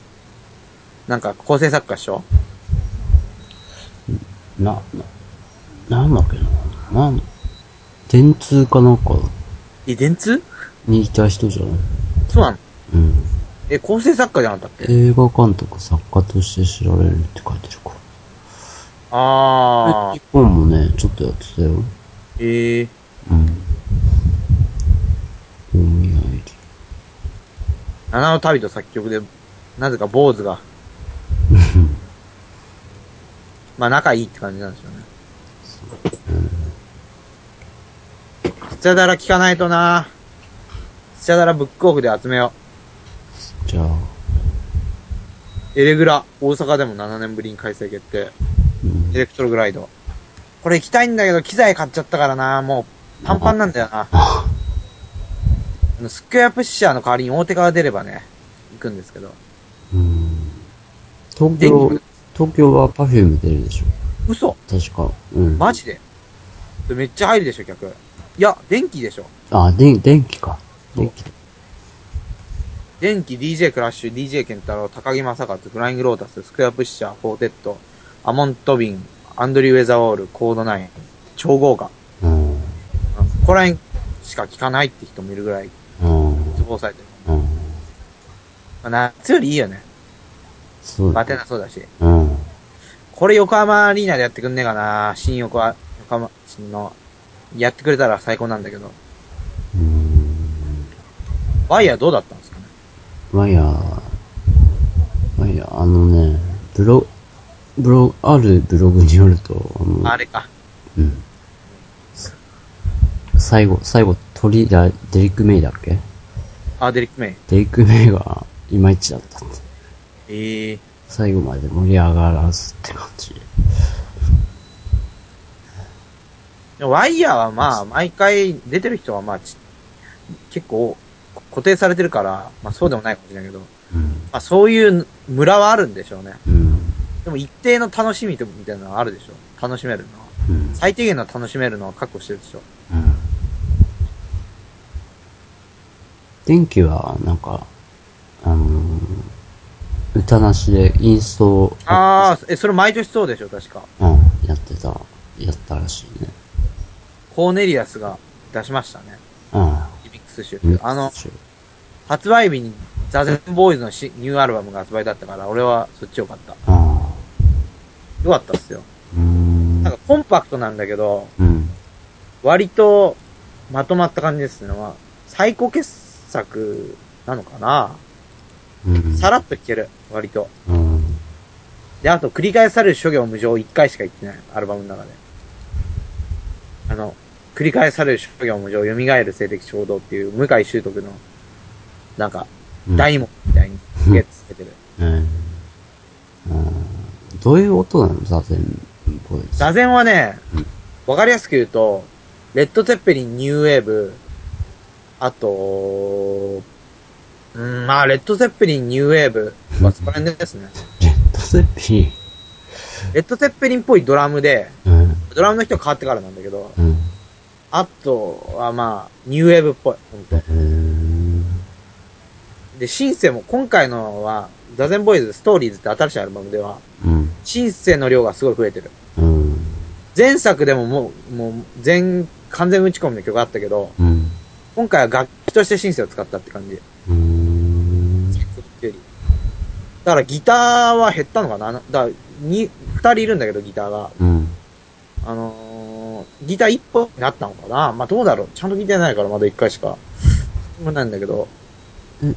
B: なんか構成作家でしょ
C: な、な、なんだっけな。なん、電通かなんか
B: え、電通
C: にいた人じゃない
B: そうなの
C: うん。
B: え、構成作家じゃなかったっけ
C: 映画監督、作家として知られるって書いてるから。
B: あー
C: 日、本もね、ちょっとやってたよ。
B: えー、
C: うん。大宮入り。
B: 七の旅と作曲で、なぜか坊主が、まあ仲いいって感じなんですよね。スチャダラ聞かないとなスチャダラブックオフで集めよ
C: じゃあ、
B: う。エレグラ、大阪でも7年ぶりに開催決定。
C: うん。
B: エレクトログライド。これ行きたいんだけど、機材買っちゃったからなもう、パンパンなんだよな。あの、スクエアプッシャーの代わりに大手側出ればね、行くんですけど。
C: うん。東京、東京はパフューム出るでしょ。
B: 嘘
C: 確か。うん。
B: マジでめっちゃ入るでしょ、客。いや、電気でしょ。
C: あ、で、電気か。電気。
B: 電気、DJ クラッシュ、DJ ケンタロウ、高木正勝、フライングロータス、スクエアプッシャー、フォーテッド、アモントビン、アンドリュー・ウェザーウォール、コードナイン、超豪華。
C: うん。
B: ここら辺しか聞かないって人もいるぐらい、
C: うん。
B: 希望されてる。
C: うん。
B: まあ、夏よりいいよね。
C: そう
B: バ
C: だ
B: テ。なそうだし。
C: うん。
B: これ横浜アリーナでやってくんねえかな新横は、横浜市の、やってくれたら最高なんだけど。
C: うん。
B: ワイヤーどうだったんですかね
C: ワイヤー、ワイヤー、あのね、ブロ、ブロ、あるブログによると、あの、
B: あれか。
C: うん。最後、最後、鳥だ、デリック・メイだっけ
B: あ、デリック・メイ。
C: テイクメイが、いまいちだったって。
B: ええ
C: 最後まで盛り上がらずって感じ。
B: でもワイヤーはまあ、毎回出てる人はまあ、ち結構こ固定されてるから、まあそうでもないかもしれないけど、ま
C: うん。
B: あそういう村はあるんでしょうね。
C: うん。
B: でも一定の楽しみとみたいなのはあるでしょ。楽しめるのは。
C: うん。
B: 最低限の楽しめるのは確保してるでしょ。
C: うん。電気は、なんか、あのー歌なしでインストを、
B: ああ、え、それ毎年そうでしょ、確か。
C: うん、やってた、やったらしいね。
B: コーネリアスが出しましたね。
C: う
B: リミックス集
C: ん。。
B: あの、発売日にザゼンボーイズのしニューアルバムが発売だったから、俺はそっちよかった。よ
C: あ
B: かったっすよ。
C: ー、うーん
B: なん。かコンパクトなんだけど、
C: うん。
B: 割とまとまった感じですね。まあ、最高傑作なのかな、
C: うん。
B: さらっと聴ける、割と。
C: うん。
B: で、あと繰り返される諸行無常1回しか言ってない、アルバムの中で。あの、繰り返される諸行無常、蘇る性的衝動っていう、向井修徳の、なんか、
C: うん
B: 大門みたいに、すげえつけてる。
C: うん。うんどういう音なの座禅ボイス。
B: 座禅はね
C: うん、
B: わかりやすく言うと、レッド・テッペリン、ニューウェーブ、あと、うーん、まあ、レッド・テッペリン、ニューウェーブ、まあ、そこら辺ですね。
C: レッドセピ
B: レッド・テッペリンっぽいドラムで、
C: ー。うん。
B: ドラムの人が変わってからなんだけど、
C: うん。
B: あとはまあ、ニューウェーブっぽい、ほんと
C: うーん。
B: で、シンセも、今回のは、ザゼンボーイズ、ストーリーズって新しいアルバムでは、
C: うん。
B: シンセの量がすごい増えてる。
C: うん。
B: 前作でももう、もう、全、完全打ち込みの曲あったけど、
C: うん。
B: 今回は楽器としてシンセを使ったって感じ。
C: うーん。
B: より。だからギターは減ったのかなだから、に、二人いるんだけど、ギターが。
C: うん。
B: あのー、ギター一本になったのかなまあ、どうだろうちゃんと聞いてないから、まだ一回しか。もうないんだけど。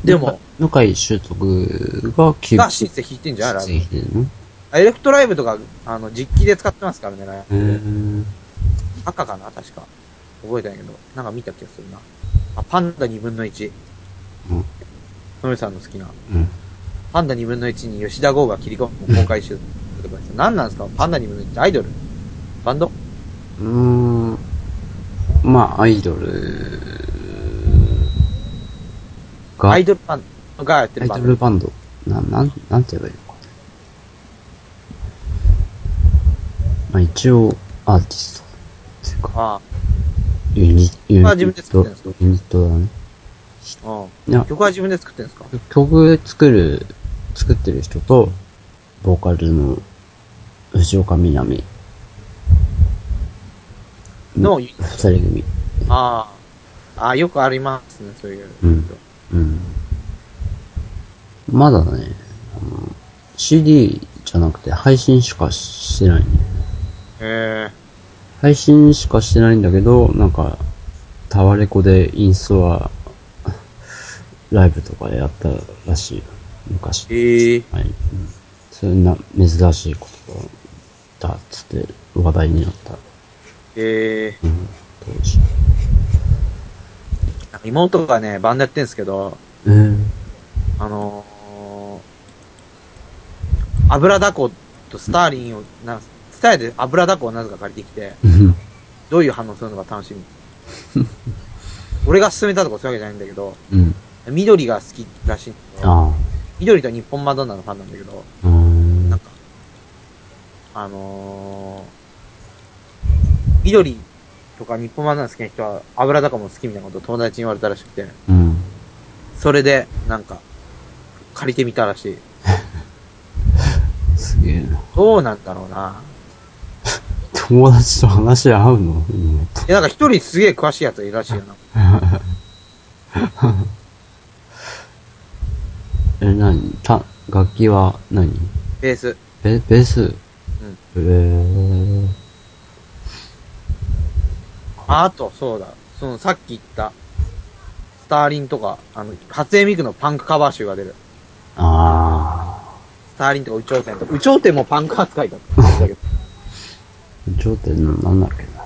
B: でも、
C: 向井修徳が9
B: が、シーツで弾いてんじゃないライ
C: 弾いてるの
B: ブエレクトライブとか、あの、実機で使ってますからね、ライ
C: う
B: ブで
C: ん。
B: 赤かな確か。覚えてないけど。なんか見た気がするな。あ、パンダ二分の一。
C: うん
B: のみさんの好きな。
C: うん。
B: パンダ2分の1に吉田豪が切り込む公開集とかです。何なんですかパンダ2分の1ってアイドルバンド
C: うーん。まあ、アイドルが、
B: アイドルバンドがやって
C: ア
B: る
C: イ
B: バ
C: ド
B: ンド
C: ル。バンド。なん、なん、なんて言えばいいのか。まあ、一応、アーティスト。っていうか、
B: あ
C: ユニット、ユニ
B: は自分で作ってるんです
C: ット、ユニットだね。
B: あ、
C: い
B: うん。
C: や、
B: 曲は自分で作ってるんですか
C: 曲作る、作ってる人と、ボーカルの、藤岡みなみ、うん
B: の、
C: 二人組。
B: ああ。ああ、よくありますね、そういう。
C: うんうん。まだね、あの、CD じゃなくて配信しかしてないね。
B: え
C: 配信しかしてないんだけど、なんか、タワレコでインストは、ライブとかでやったらしいよ昔。
B: えー。ええ
C: はい。うんそんな珍しいことだっつって話題になった。
B: ええ
C: うん、当時。
B: なんか妹がね、バンドやってるんですけど、
C: うん。
B: あのー、油だことスターリンを、な、スタヤで油だこをなぜか借りてきて、
C: うん。
B: どういう反応するのか楽しみ。 俺が勧めたとかそういうわけじゃないんだけど、
C: うん。
B: 緑が好きらしいんだけど、
C: あ
B: 緑と日本マドンナのファンなんだけど、
C: あ。うーん。
B: な
C: うん
B: か、あのー、緑とか日本マドンナ好きな人は油だかも好きみたいなことを友達に言われたらしくて、
C: ん。
B: それで、なんか、借りてみたらしい。
C: すげえな。
B: どうなんだろうな。
C: 友達と話し合うの今と。
B: え、なんか一人すげえ詳しいやつがいるらしいよな。
C: え、なにた、楽器は何
B: ベース。。
C: ベ、ベースうんえー、
B: あ、あと、そうだ。その、さっき言った、スターリンとか、あの、初音ミクのパンクカバー集が出る。
C: あ
B: スターリンとか、宇宙天とか、宇宙天もパンク扱いだったんだけど。
C: ー。頂点のなんだっけな。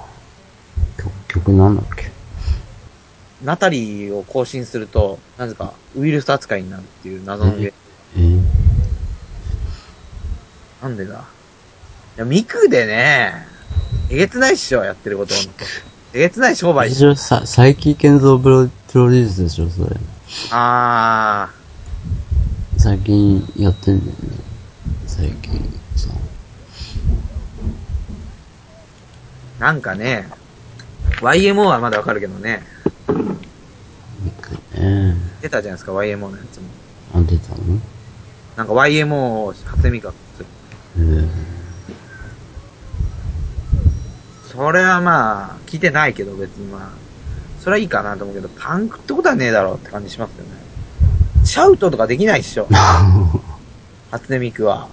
C: 曲、曲なんだっけ
B: ナタリーを更新すると、なぜかウイルス扱いになるっていう謎のゲーム。
C: えー
B: なんでだ。いや、ミクでね、えげつないっしょ、やってること。えげつない商売。
C: 一応さ、佐伯健三プロプロデュースでしょ、それ。
B: あ
C: 最近やってんだよね。最近さ。
B: ー、なんかね、YMO はまだわかるけどね、
C: ミクね。
B: 出たじゃないですか、YMO のやつも。
C: あ、出たの
B: なんか YMO 初見か。
C: うん。
B: それはまあ、聞いてないけど別にまあ、それはいいかなと思うけど、パンクってことはねえだろうって感じしますよね。シャウトとかできないっしょ。初音ミクは。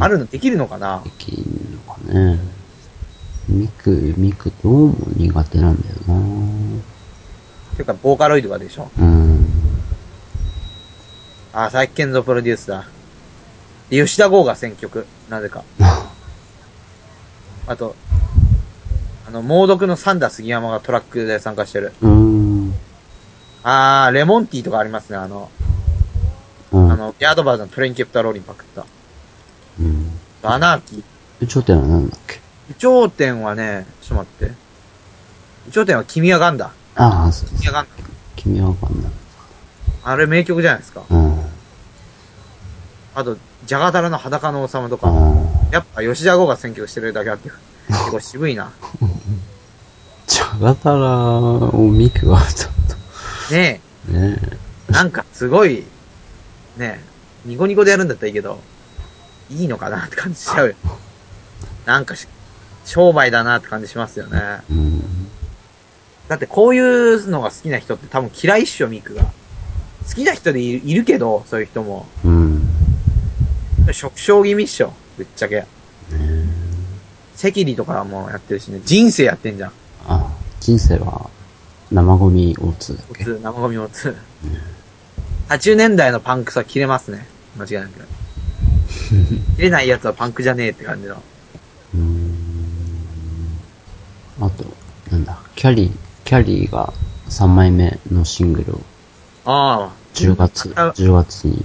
B: あるのできるのかな
C: できんのかね。ミク、ミクどうも苦手なんだよ
B: ていうか、ボーカロイドがでしょ。
C: なうん。
B: あ、佐伯健三プロデュースだ。で吉田豪が選曲。なぜか。あと、あの、猛毒のサンダー杉山がトラックで参加してる。
C: うん。
B: あー、レモンティーとかありますね、あの、
C: うん
B: あの、ヤードバーズのトレインキャプターローリンパクった。
C: うん。
B: バナーキー。
C: え頂点は何だっけ
B: 有頂天はね、ちょっと待って。有頂天は君はガンだ。
C: ああ、そうそう
B: 君はガン
C: 君はわかんない。
B: あれ名曲じゃないですか。
C: うん。あ
B: あと、ジャガタラの裸の王様とか。
C: あ。
B: やっぱ吉田豪が選曲してるだけあって、結構渋いな。
C: じゃがたらをミクが歌っ
B: ね
C: た。ねえ。
B: え、なんかすごい、ねえ、ニコニコでやるんだったらいいけど、いいのかなって感じしちゃうよ。なんかし、商売だなって感じしますよね。
C: うん。
B: だってこういうのが好きな人って多分嫌いっしょ、ミクが。好きな人でいるいるけど、そういう人も。
C: うん。
B: 食傷気味っしょ、ぶっちゃけ。赤痢とかもやってるしね、人生やってんじゃん。
C: あ、人生は生ゴミを打つだっ
B: お
C: け
B: つ、生ゴミおつ。80年代のパンクさ切れますね。間違いなく。切れないやつはパンクじゃねえって感じの。
C: うーん。あと、なんだ、キャリー、キャリーが3枚目のシングルを
B: ああ、
C: 10月、
B: あ
C: 10月に。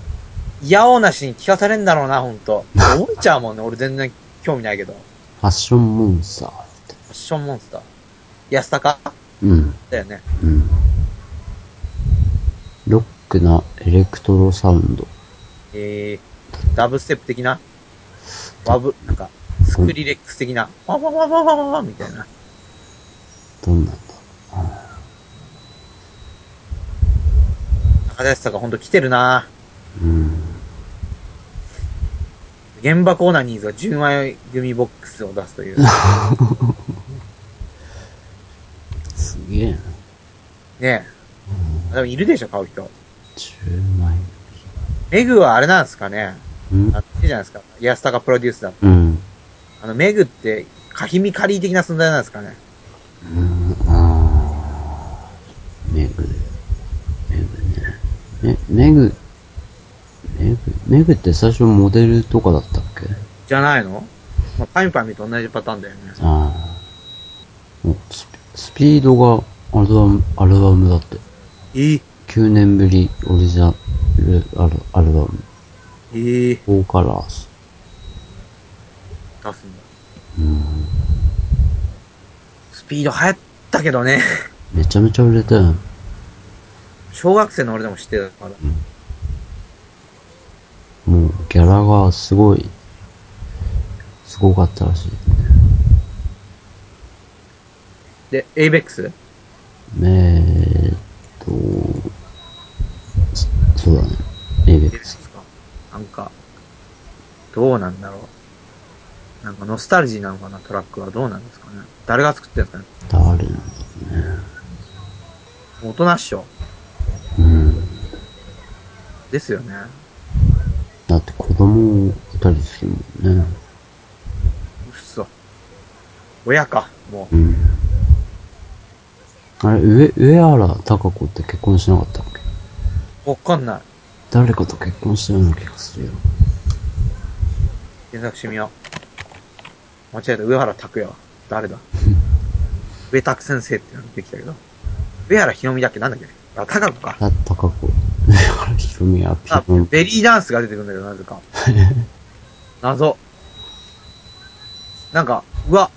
B: 嫌おなしに聞かされんだろうな、ほんと。覚えちゃうもんね、俺全然興味ないけど。フ
C: ファッションモンスターって。
B: ァッションモンスター。安高
C: うん、
B: だよね。
C: うん。ロックなエレクトロサウンド。
B: えー、ダブステップ的なバブ、なんか、スクリレックス的な、ワンワンワンワンワンワンみたいな。
C: どんなんだ
B: 高安さんがほんと来てるな
C: うん。
B: 現場コーナーニーズが10枚組ボックスを出すという。
C: すげえな。
B: ねえ。でもいるでしょ、買う人。
C: 10枚
B: メグはあれなんですかね。
C: 目。
B: あっちじゃないですか。安高プロデュースだ。
C: うん。
B: あの、メグって、カヒミカリー的な存在なんですかね。
C: うん、あーメグ。メグね。め、メグ。メグ、メグって最初モデルとかだったっけ
B: じゃないのまあ、パミパミと同じパターンだよね。
C: ああ。もうスピスピードがアルバム、アルバムだって。
B: ええ
C: 9年ぶりオリジナルアルアルバム。
B: ええ
C: フォーカラーズ。
B: 出すんだ。
C: うん。
B: スピード流行ったけどね。
C: めちゃめちゃ売れたよね。
B: 小学生の俺でも知ってたから。
C: もうギャラがすごい、すごかったらしい。
B: で、エイベックス
C: えーっと、そそうだね。エイベ
B: エイベ
C: ッ
B: ッ
C: ク
B: ク
C: ス。
B: スか。なんか、どうなんだろう。なんかノスタルジーなのかな、トラックは。どうなんですかね。誰が作ってるんですかね。
C: 誰なんだろ
B: 大人っしょ。
C: う。うん。
B: ですよね。
C: だって子供二人するもんね。
B: うっそ。親か、もう。
C: うん。あれ、上、上原貴子って結婚しなかったっけ
B: わかんない。
C: 誰かと結婚したような気がするよ。
B: 検索してみよう。間違えた、上原拓也は。誰だ上拓先生って呼んできたけど。上原ひろみだっけなんだっけあ、高子か。
C: た、たかこ。上原ひろみはピ
B: あ
C: ン、
B: ベリーダンスが出てくるんだけど、なぜか。謎。なんか、うわ、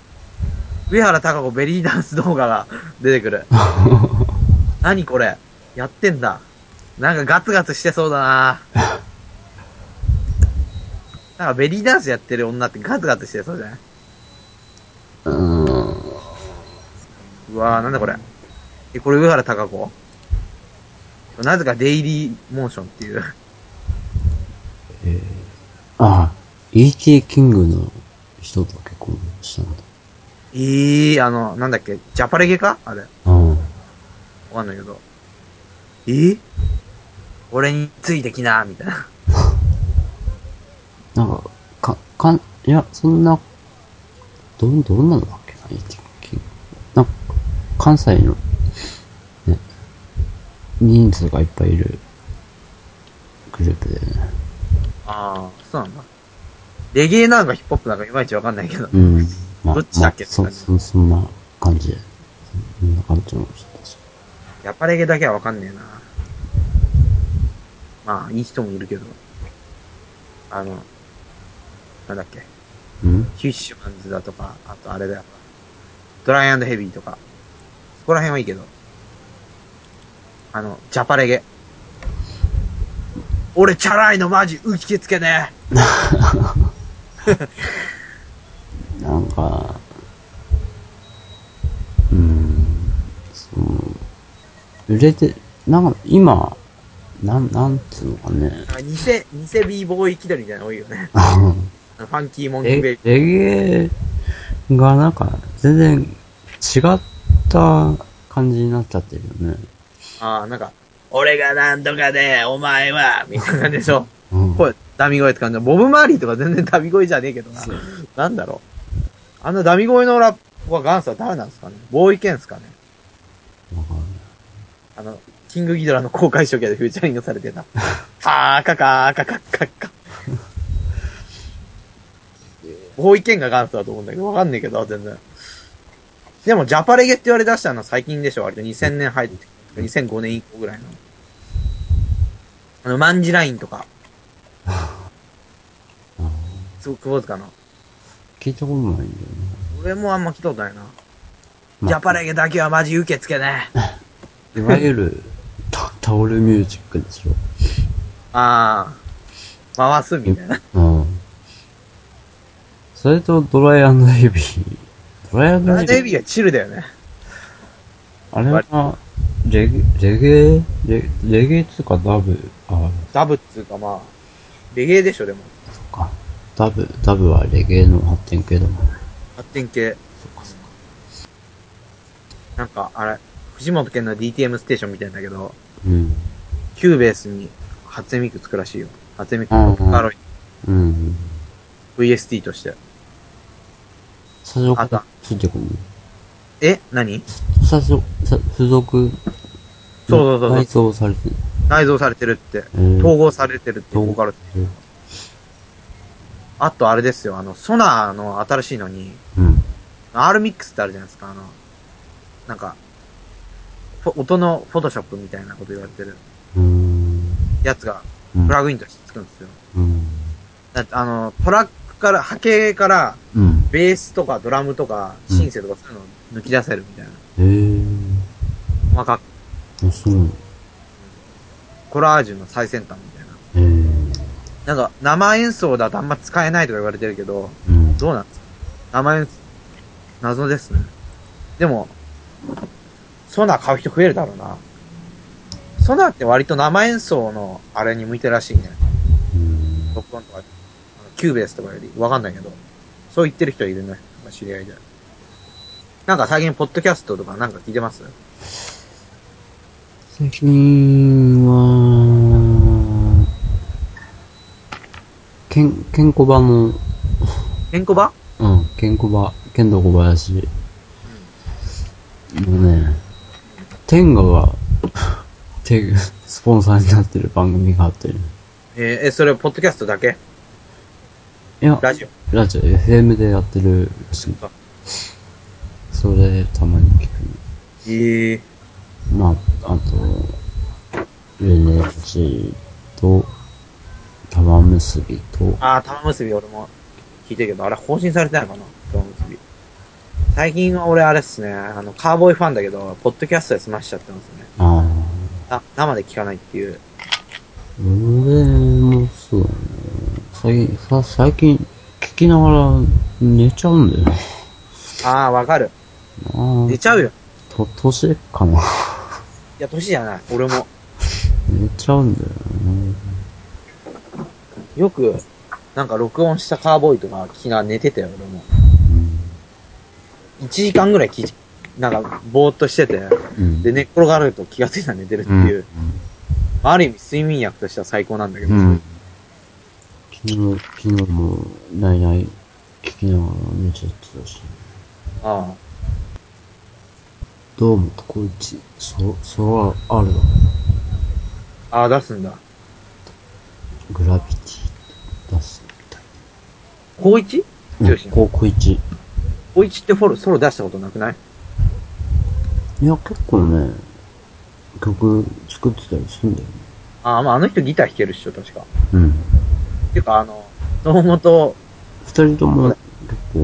B: 上原貴子ベリーダンス動画が出てくる。何これやってんだ。なんかガツガツしてそうだななんかベリーダンスやってる女ってガツガツしてそうじゃないう
C: ーん。
B: うわーなんだこれ。え、これ上原貴子なぜかデイリーモーションっていう。
C: あ、E.T. キングの人と結婚したんだ。
B: ええー、あの、なんだっけ、ジャパレゲかあれ。
C: うん。
B: わかんないけど。えー俺についてきな、みたいな。
C: なんか、か、かん、いや、そんな、どん、どんなのだっけな、E.T. キング。なんか、関西の、ね、人数がいっぱいいるグループでね。
B: ああ、そうなんだ。レゲエなんかヒップホップなんかいまいちわかんないけど。
C: うん。まあ
B: どっちだっけ
C: まあそ、そ、そんな感じで。そんな感じの人たち。
B: ジャパレゲだけはわかんねえな。まあ、いい人もいるけど。あの、なんだっけ。
C: うん
B: フィッシュマンズだとか、あとあれだよ。ドライアンドヘビーとか。そこら辺はいいけど。あの、ジャパレゲ。俺、チャラいのマジ、受け付けねえ。
C: なんか、うーん、その、売れて、なんか、今、なん、なんつうのかね。
B: あ偽、偽 B ボーイ気取りみたいなの多いよね。
C: あの
B: あのファンキーモンキーベイビ
C: レ レゲエがなんか、全然違った感じになっちゃってるよね。
B: ー。ああ、なんか、俺がなんとかで、お前は、みたいな感じでしょ。
C: う ん。
B: 声、ダミ声って感じだボブマーリーとか全然ダミ声じゃねえけどな。なんだろう。あのダミ声のラップは元祖は誰なんですかねボーイケンですかね
C: わかんない
B: あの、キングギドラの公開処刑でフューチャリングされてた。カーカカーカカカカ。ボーイケンが元祖だと思うんだけど、わかんねえけど、全然。でも、ジャパレゲって言われ出したのは最近でしょ割と2000年入って、2005年以降ぐらいの。あの、マンジラインとか。すごく窪塚の。
C: 聞いたことないんだよね。
B: 俺もあんま聞いたことないな。
C: まあ
B: ジャパレゲだけはマジ受け付けねえ。
C: いわゆ る、タタオルミュージックでしょ。
B: ああ。回すみたいな。
C: うん。それとドライアンドヘビー。ドライアンド
B: ラ
C: ヘ
B: デ
C: ビー
B: ビがチルだよね。
C: あれは、レゲ、レゲエレレゲエっつうかダブ、あ、
B: ダブっつうかまあ、レゲエでしょ、でも。
C: そっか。ダブ、ダブはレゲエの発展系だもんね。
B: 発展系。
C: そっかそっか。
B: なんか、あれ、藤本健の DTM ステーションみたいんだけど、
C: うん。
B: キューベースに初音ミクつくらしいよ。初音ミク、
C: うんうん
B: カロイ、
C: うん。
B: VST として。
C: 最初
B: あ
C: か
B: と
C: ら
B: は
C: ついてくるの
B: え何
C: 最初、さ付属、
B: そうそうそう
C: 内蔵されてる。
B: 内蔵されてるって。
C: うん
B: 統合されてるって、
C: 統合
B: ボカロ。あとあれですよ、あの、ソナーの新しいのに、
C: うん。
B: R ミックスってあるじゃないですか、あの、なんか、フォ音のフォトショップみたいなこと言われてる
C: うーん。
B: やつが、
C: うん
B: プラグインとしてつくんですよ。
C: うん。
B: だってあの、トラックから、波形から、
C: うん。
B: ベースとかドラムとか、
C: うん
B: シンセとかそういうのを抜き出せるみたいな。
C: ええ
B: まあ、か
C: ー。あ、そう。
B: コラージュの最先端みたいな。
C: ええー。
B: なんか、生演奏だとあんま使えないとか言われてるけど、
C: うん。
B: どうなんですか生演奏、謎ですね。でも、ソナー買う人増えるだろうな。ソナーって割と生演奏のあれに向いてるらしいね。
C: うん
B: 録音とか、あのキューベースとかより、わかんないけど、そう言ってる人いるね、まあ知り合いで。なんか最近、ポッドキャストとかなんか聞いてます
C: 最近は、けん、けんこばの、うん、
B: ケンコバ
C: けんこば、剣道小林。のね、天下が、て、スポンサーになってる番組があってね。
B: えーえ、それ、ポッドキャストだけ
C: いや、
B: ラジオ
C: ラジオ、FM でやってるらし
B: そ
C: い
B: っか。
C: それ、たまに聞く。
B: ええ
C: まあ、あと、ルネチと、玉結びと、
B: ああ、玉結び俺も聞いてるけど、あれ更新されてないかな玉結び。最近は俺あれっすね、あの、カーボーイファンだけど、ポッドキャストで済ましちゃってますね。
C: あ
B: あ、生で聞かないっていう。
C: あ、俺もそうだね。最近、さ最近、聞きながら寝ちゃうんだよね。
B: ああ、わかる。
C: あ
B: 寝ちゃうよ。
C: あ、と、年かな。
B: いや、年じゃない。俺も。
C: 寝ちゃうんだよね。
B: よく、なんか録音したカーボーイとか聞きながら寝てたよ、俺も。1時間ぐらい聞いなんか、ぼーっとしてて、
C: うん。
B: で、寝っ転がると気がついたら寝てるって
C: うん、
B: いう、ある意味睡眠薬としては最高なんだけど、
C: うん。昨日、昨日も、ないない、聞きながら寝ちゃってたし。
B: あ
C: どうも、こいち、そ、そら、あるわ。
B: あ、ああ、出すんだ。
C: グラビティ、出す
B: 高一
C: み
B: 剛
C: たいな。高校一。
B: 高一ってフォロソロ出したことなくない
C: いや、結構ね、曲作ってたりするんだよね。
B: ああ、まああの人ギター弾けるっしょ、確か。
C: うん。
B: てか、あの、堂本、
C: 二人とも、結構、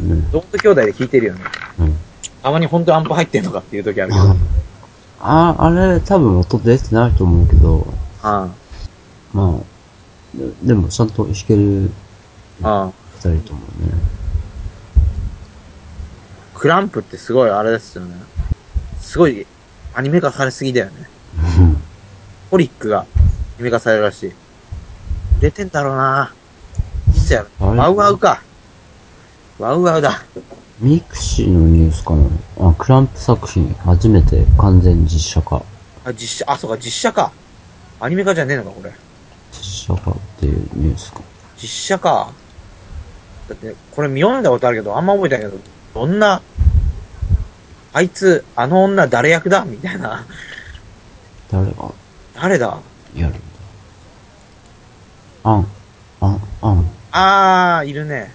C: ね、
B: 堂本兄弟で弾いてるよね。
C: うん。
B: たまに本当アンプ入ってんのかっていう時あるけど。
C: ああ、あれ、多分音出てないと思うけど、
B: あ
C: まあ、ででもちゃんと弾ける
B: あ、ああ。
C: 二人ともね。
B: クランプってすごいあれですよね。すごい、アニメ化されすぎだよね。
C: うん。
B: ホリックがアニメ化されるらしい。売れてんだろうな実や
C: あれ
B: ワウワウか。ワウワウだ。
C: ミクシーのニュースかなあ、クランプ作品、初めて完全実写化。
B: あ、実写、あ、そうか、実写か。アニメ化じゃねえのか、これ。
C: 実写化っていうニュースか。
B: 実写か。だって、これ見読んだことあるけど、あんま覚えてないけど、どんな、あいつ、あの女誰役だみたいな。
C: 誰が
B: 誰だ
C: やるんだあん、あん、あん。
B: あー、いるね。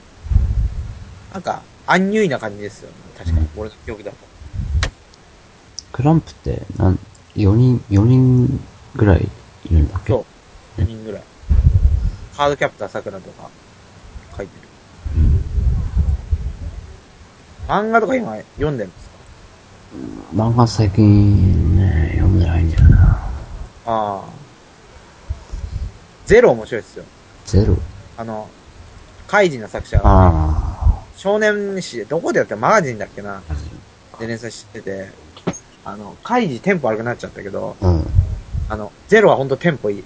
B: なんか、アンニュイな感じですよね。確かに、俺の記憶だと。
C: クランプって、なん、4人、四人ぐらいいるんだっけ
B: そう。4人ぐらい。ハードキャプターさくらとか、書いてる。漫画とか今読んでるんですか
C: 漫画最近ね、読んでないんだよな。
B: ああ。ゼロ面白いですよ。
C: ゼロ。
B: あの、カイジの作者が、
C: あ
B: 少年誌で、どこでやってるマガジンだっけな、で連載してて、あの、カイジテンポ悪くなっちゃったけど、
C: あ、うん。う
B: あの、ゼロはほんとテンポいい。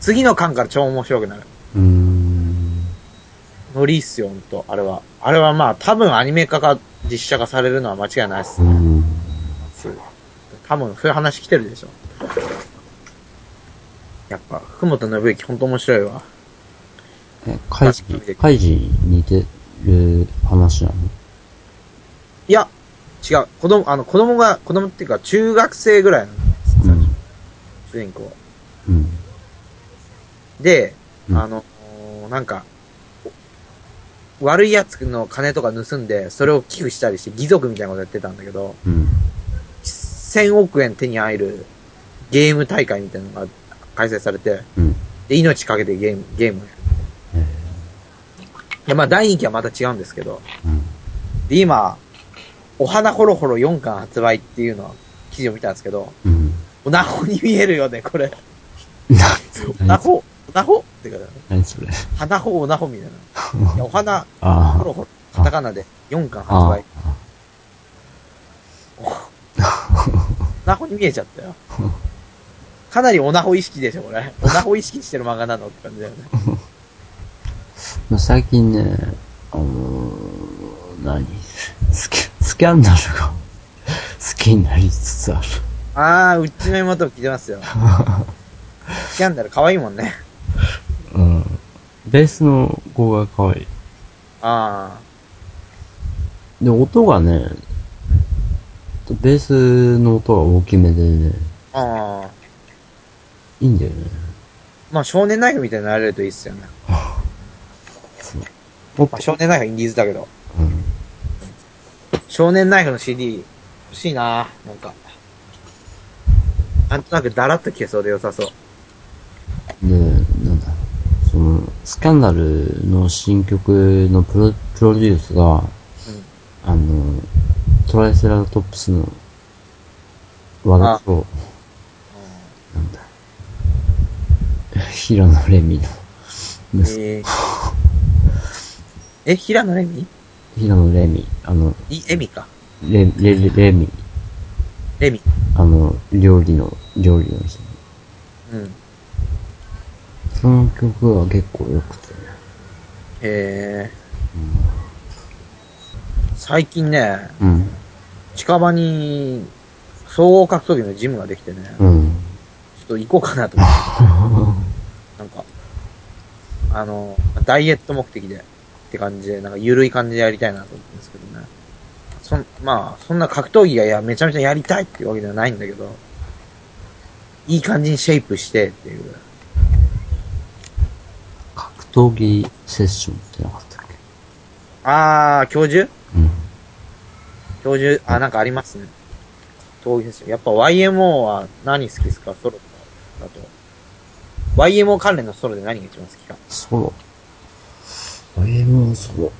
B: 次の巻から超面白くなる。
C: ーん。
B: ノリっすよ、ほんと。あれは。あれはまあ、多分アニメ化か実写化されるのは間違いないっす
C: う。ん。
B: 多分、そういう話来てるでしょ。やっぱ、福本信之ほんと面白いわ。
C: え、カイジ、カイジ似てる話なの
B: いや、違う。子供、あの、子供が、子供っていうか、中学生ぐらいなの。
C: うん。
B: 主人公。
C: うん。
B: で、
C: うん
B: あの、なんか、お悪い奴の金とか盗んで、それを寄付したりして、義賊みたいなことやってたんだけど、
C: うん。
B: 1000億円手に入るゲーム大会みたいなのが開催されて、
C: うん。
B: で、命かけてゲーム、ゲームをやる。
C: え
B: で、まあ、第2期はまた違うんですけど、
C: ーうん。
B: で、今、お花ほろほろ4巻発売っていうのを記事を見たんですけど、
C: うん。
B: おなほに見えるよね、これ。
C: な、
B: おなほ、おなほってか、
C: 何それ。
B: 花ほ、おなほみたいな。いやお花、
C: あ
B: ほろ
C: あ。
B: ほろ、カタカナで4巻発
C: あ
B: 売。おなほに見えちゃったよ。かなりおなほ意識でしょ、これ。おなほ意識してる漫画なのって感じだよね。
C: あ。最近ね、あのー、何スキ、スキャンダルが、 好きになりつつ ある。
B: あー、うちの妹も聞いてますよ。スキャンダル可愛いもんね。
C: うん。ベースの子が可愛い。
B: あ
C: で、音がね、ベースの音が大きめでね、
B: ー、あー。
C: いいんだよね。
B: まあ、少年ナイフみたいになれるといいっすよね。
C: そう。も
B: ま
C: っと
B: あ、少年ナイフはインディーズだけど。
C: うん。
B: 少年ナイフの CD 欲しいななんか。なんとなくだらっと消えそうで良さそう。
C: で、なんだ、その、スキャンダルの新曲のプロプロデュースが、あの、トライセラトップスの和田と、なんだ、平野レミの息子、
B: えー、え、平野レミ
C: 平野レミ、あの、
B: い、エミか。
C: レ、レ、レレミ、
B: レミ。
C: あの、料理の、料理の人。
B: うん。
C: その曲は結構良くてね。
B: えー、最近ね、
C: うん。
B: 近場に、総合格闘技のジムができてね、ちょ
C: うん。
B: っと行こうかなと思って。なんか、あの、ダイエット目的でって感じで、なんか緩い感じでやりたいなと思うんですけどね。そん、まあ、そんな格闘技がいや、めちゃめちゃやりたいっていうわけではないんだけど、いい感じにシェイプしてっていう。
C: 格闘技セッションってなかったっけ
B: あー、教授
C: うん。
B: 教授、あ、なんかありますね。闘技ですよ。やっぱ YMO は何好きですかソロとかだと。YMO 関連のソロで何が一番好きか。
C: ソロ。YMO ソロ。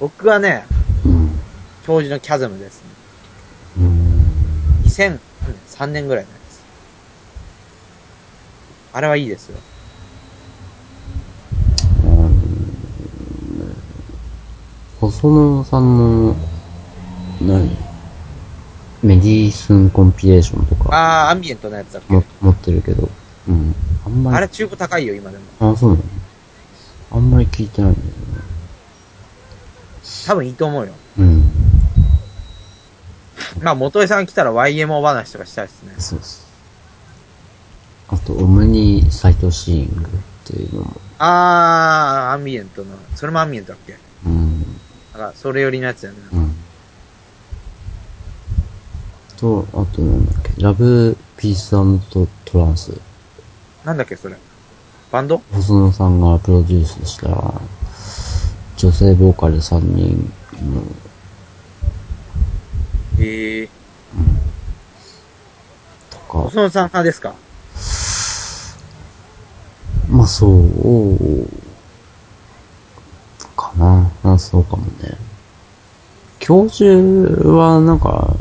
B: 僕はね、
C: うん。
B: 教授のキャズムですね。
C: うん。
B: 2003年ぐらいのやつ。あれはいいですよ。
C: 細野さんの、何メディスンコンピレーションとか
B: あー、アンビエントのやつだっけ
C: も持ってるけど、うん。あんまり。
B: あれ中古高いよ、今でも。
C: あ、そうなのあんまり聞いてないんだよね。
B: 多分いいと思うよ。
C: うん。
B: まあ、元江さん来たら YMO 話とかしたいですね。
C: そうです。あと、オムニサイトシーイングっていうのも、
B: あー、アンビエントの、それもアンビエントだっけ
C: うん。
B: なんか、それ寄りのやつだよね。
C: うん。と、あとなんだっけ、ラブ、ピーストトランス。
B: なんだっけ、それ。バンド
C: 細野さんがプロデュースした、女性ボーカル3人の、
B: ええ
C: と
B: ー、
C: か、
B: 細野さん派ですか
C: まあそう、かな。まあそうかもね。教授はなんか、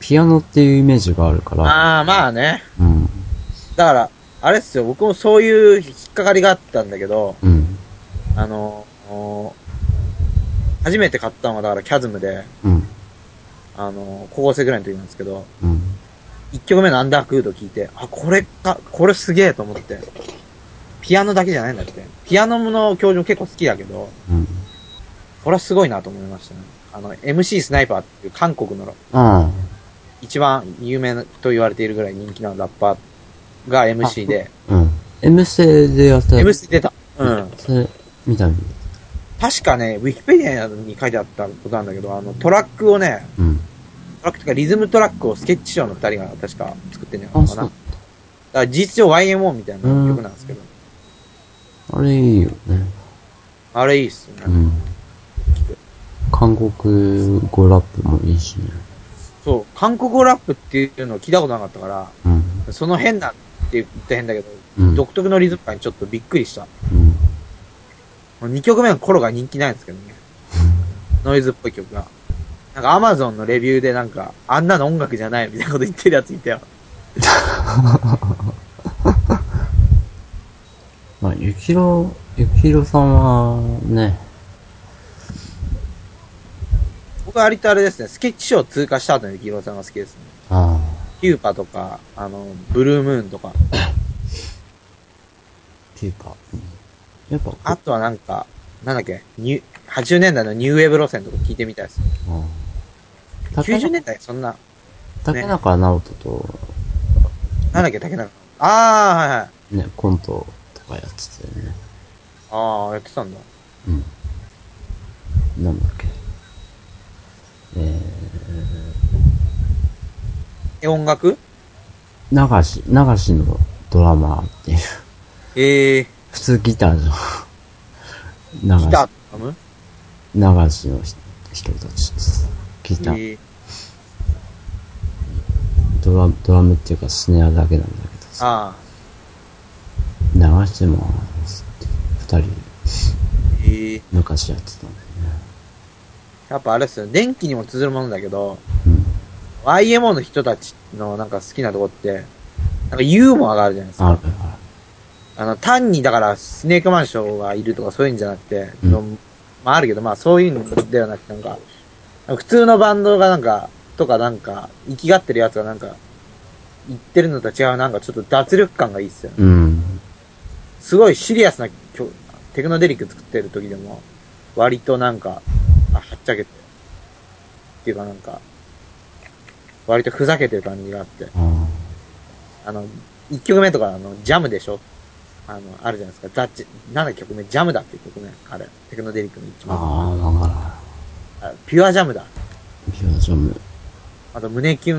C: ピアノっていうイメージがあるから、
B: ああ、まあね。
C: うん。
B: だから、あれっすよ、僕もそういう引っかかりがあったんだけど、
C: うん。
B: あの、お初めて買ったのはだからキャズムで、
C: うん。
B: あの、高校生ぐらいの時なんですけど、
C: うん。
B: 1曲目のアンダークード聞いて、あ、これか、これすげえと思って。ピアノだけじゃないんだって。ピアノの教授も結構好きだけど、
C: うん。
B: これはすごいなと思いましたね。あの、MC スナイパーっていう韓国の
C: あ
B: 一番有名と言われているぐらい人気のラッパーが MC で、
C: あ。うん。M ステでやったや
B: MC 出た。うん。
C: それ、みたいに。
B: 確かね、ウィキペディアに書いてあったことなんだけど、あの、トラックをね、
C: うん。
B: トラックとかリズムトラックをスケッチショーの二人が確か作ってんじゃないか
C: あ、そ
B: な。だ
C: う
B: か。ら事実上 YMO みたいな曲なんですけど、
C: あれいいよね。
B: あれいいっすよね。
C: うん。韓国語ラップもいいしね。
B: そう、韓国語ラップっていうのを聞いたことなかったから、
C: うん。
B: その変なって言った変だけど、
C: うん
B: 独特のリズム感にちょっとびっくりした。
C: うん。
B: 2曲目の頃が人気ないんですけど ね。ノイズっぽい曲が。なんか Amazon のレビューでなんか、あんなの音楽じゃないみたいなこと言ってるやついたよ。
C: まあ、ゆきろ、ゆきろさんは、ね、
B: 僕は割とあれですね、スケッチショーを通過した後のゆきろさんが好きですね。
C: あ
B: キューパとか、あの、ブルームーンとか、
C: あ、っていうか、うんやっぱ、
B: あとはなんか、なんだっけ、ニュ80年代のニューウェーブ路線とか聞いてみたいです。
C: うん竹
B: 90
C: 中
B: 年代そんな、
C: 竹中直人と、
B: なんだっけ、竹中。あー、はいはい。
C: ね、コントとかやっててね。
B: あー、やってたんだ。
C: うん。なんだっけ。え
B: え、音楽
C: ー、流し、流しのドラマーっていう。
B: えー、
C: 普通ギターじゃん。流
B: ギ
C: し
B: ター、ドラム
C: 流しの人たちです。ギター。
B: えー
C: ドラドラムっていうかスネアだけなんだけどさ
B: ああ、
C: 流しても二人
B: ええ
C: 昔やってたんだよね
B: やっぱあれっすよ。電気にも通ずるものだけど、
C: うん
B: YMO の人たちのなんか好きなとこって、なんかユーモアがあるじゃないですか。
C: ある
B: あの、単にだから、スネークマンションがいるとかそういうんじゃなくて、
C: うん
B: のまああるけど、まあそういうのではなくて、なんか、普通のバンドがなんか、とかなんか、生きがってるやつがなんか、言ってるのと違う、なんかちょっと脱力感がいいっすよね。
C: うん
B: すごいシリアスな曲、テクノデリック作ってる時でも、割となんか、あ、はっちゃけて、っていうかなんか、割とふざけてる感じがあって、
C: あ
B: あの、1曲目とかあの、ジャムでしょあの、あるじゃないですか。ザッチ、なんだ曲名ジャムだっていう曲ね。あれ。テクノデリックの一
C: あ
B: 番。
C: ああわからん
B: あピュアジャムだ。
C: ビオジョム
B: あと、胸キュ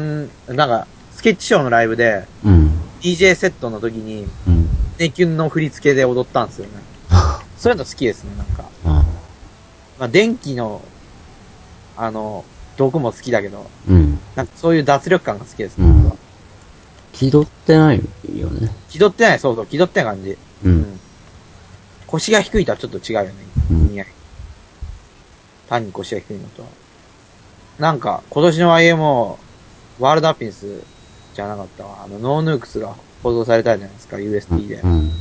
B: ン、なんか、スケッチショーのライブで、
C: うん。
B: DJ セットの時に、
C: うん。
B: 胸キュンの振り付けで踊ったんですよね。
C: あ
B: そういうの好きですね、なんか。
C: あ
B: まあ、電気の、あの、毒も好きだけど、
C: うん。
B: なんかそういう脱力感が好きです
C: う
B: ね。
C: ん。気取ってないよね。
B: 気取ってない、そうそう、気取ってない感じ。う
C: う。
B: ん腰が低いとはちょっと違うよね。
C: うん
B: 意味合い。単に腰が低いのとは。なんか、今年の IMO、ワールドアッピンスじゃなかったわ。あの、ノーヌークスが放送されたじゃないですか、USD で。
C: うん。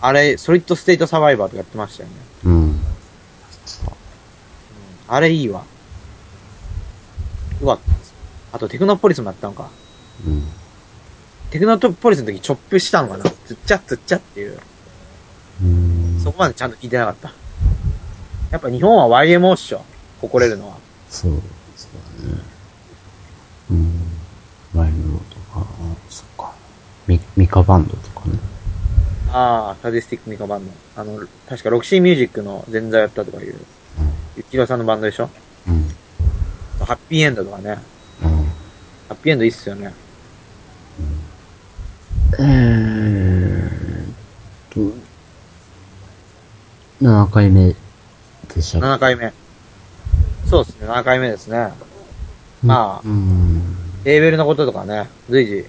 B: あれ、ソリッドステートサバイバーとかやってましたよね。
C: うん。
B: あれいいわ。よかったです。あと、テクノポリスもやったのか。
C: うん。
B: テクノポリスの時チョップしたのかなつっちゃつっちゃっていう。
C: うん。
B: そこまでちゃんと聞いてなかった。やっぱ日本は YMO っしょ。誇れるのは。
C: そう。そうだね。うん。ライムとか、そっか。ミミカバンドとかね。
B: ああ、サディスティックミカバンド。あの、確か 6C ミュージックの前座やったとかいう、ゆきろさんのバンドでしょ
C: うん。
B: ハッピーエンドとかね。
C: うん。
B: ハッピーエンドいいっすよね。
C: えーっと、7回目でしたっ
B: 7回目。そうっすね、7回目ですね。まあ、
C: けうん。
B: レーベルのこととかね、随時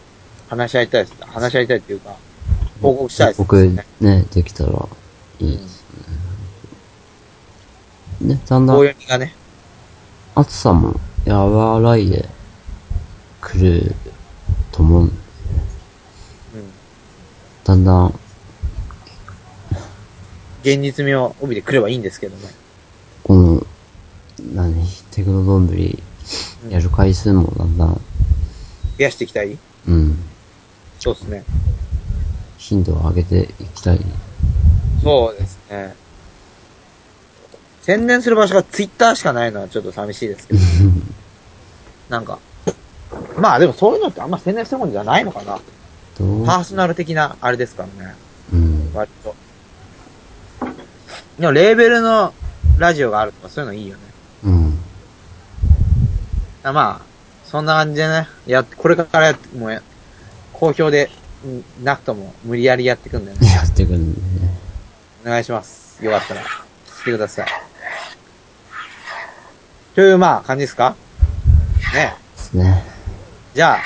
B: 話し合いたいです。話し合いたいっていうか、報告したいです
C: 僕
B: ね。
C: ね、できたらいいですね。ね、だんだん
B: 暦がね。
C: 暑さも和らいでくると思う
B: う
C: ん
B: ん。
C: だんだん、
B: 現実味を帯びてくればいいんですけどね。
C: この、何、テクノどんぶりやる回数もだんだん、
B: 増やしていきたい
C: うん、
B: そうですね。
C: 頻度を上げていきたい。
B: そうですね。宣伝する場所がツイッターしかないのはちょっと寂しいですけど。なんか。まあでもそういうのってあんま宣伝するもんじゃないのかな。
C: どう
B: パーソナル的なあれですからね。
C: うん。
B: 割と。でもレーベルのラジオがあるとかそういうのいいよね。
C: うん。
B: あまあ、そんな感じでね、やって、これからやって、もうや、好評で、うんなくとも無理やりやっていくんでね。
C: やってくるんでね。
B: お願いします。よかったら、来てください。という、まあ、感じですかね。
C: ですね。
B: じゃあ、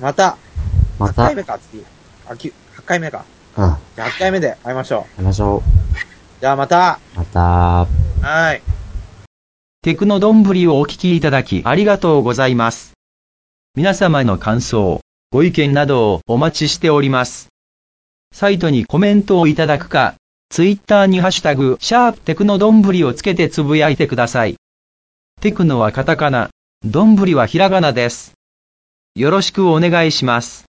B: また、
C: ま
B: 8
C: た
B: 回、目か、次。あ、きゅ8回目か。
C: うん、や
B: じゃあ、8回目で会いましょ
C: りましょ
B: う。じゃあ、また。
C: う。また、
B: はい。
A: テクノどんぶりをお聞きいただきありがとうございます。皆様の感想、ご意見などをお待ちしております。サイトにコメントをいただくか、ツイッターにハッシュタグ、シャープテクノどんぶりをつけてつぶやいてください。テクノはカタカナ、どんぶりはひらがなです。よろしくお願いします。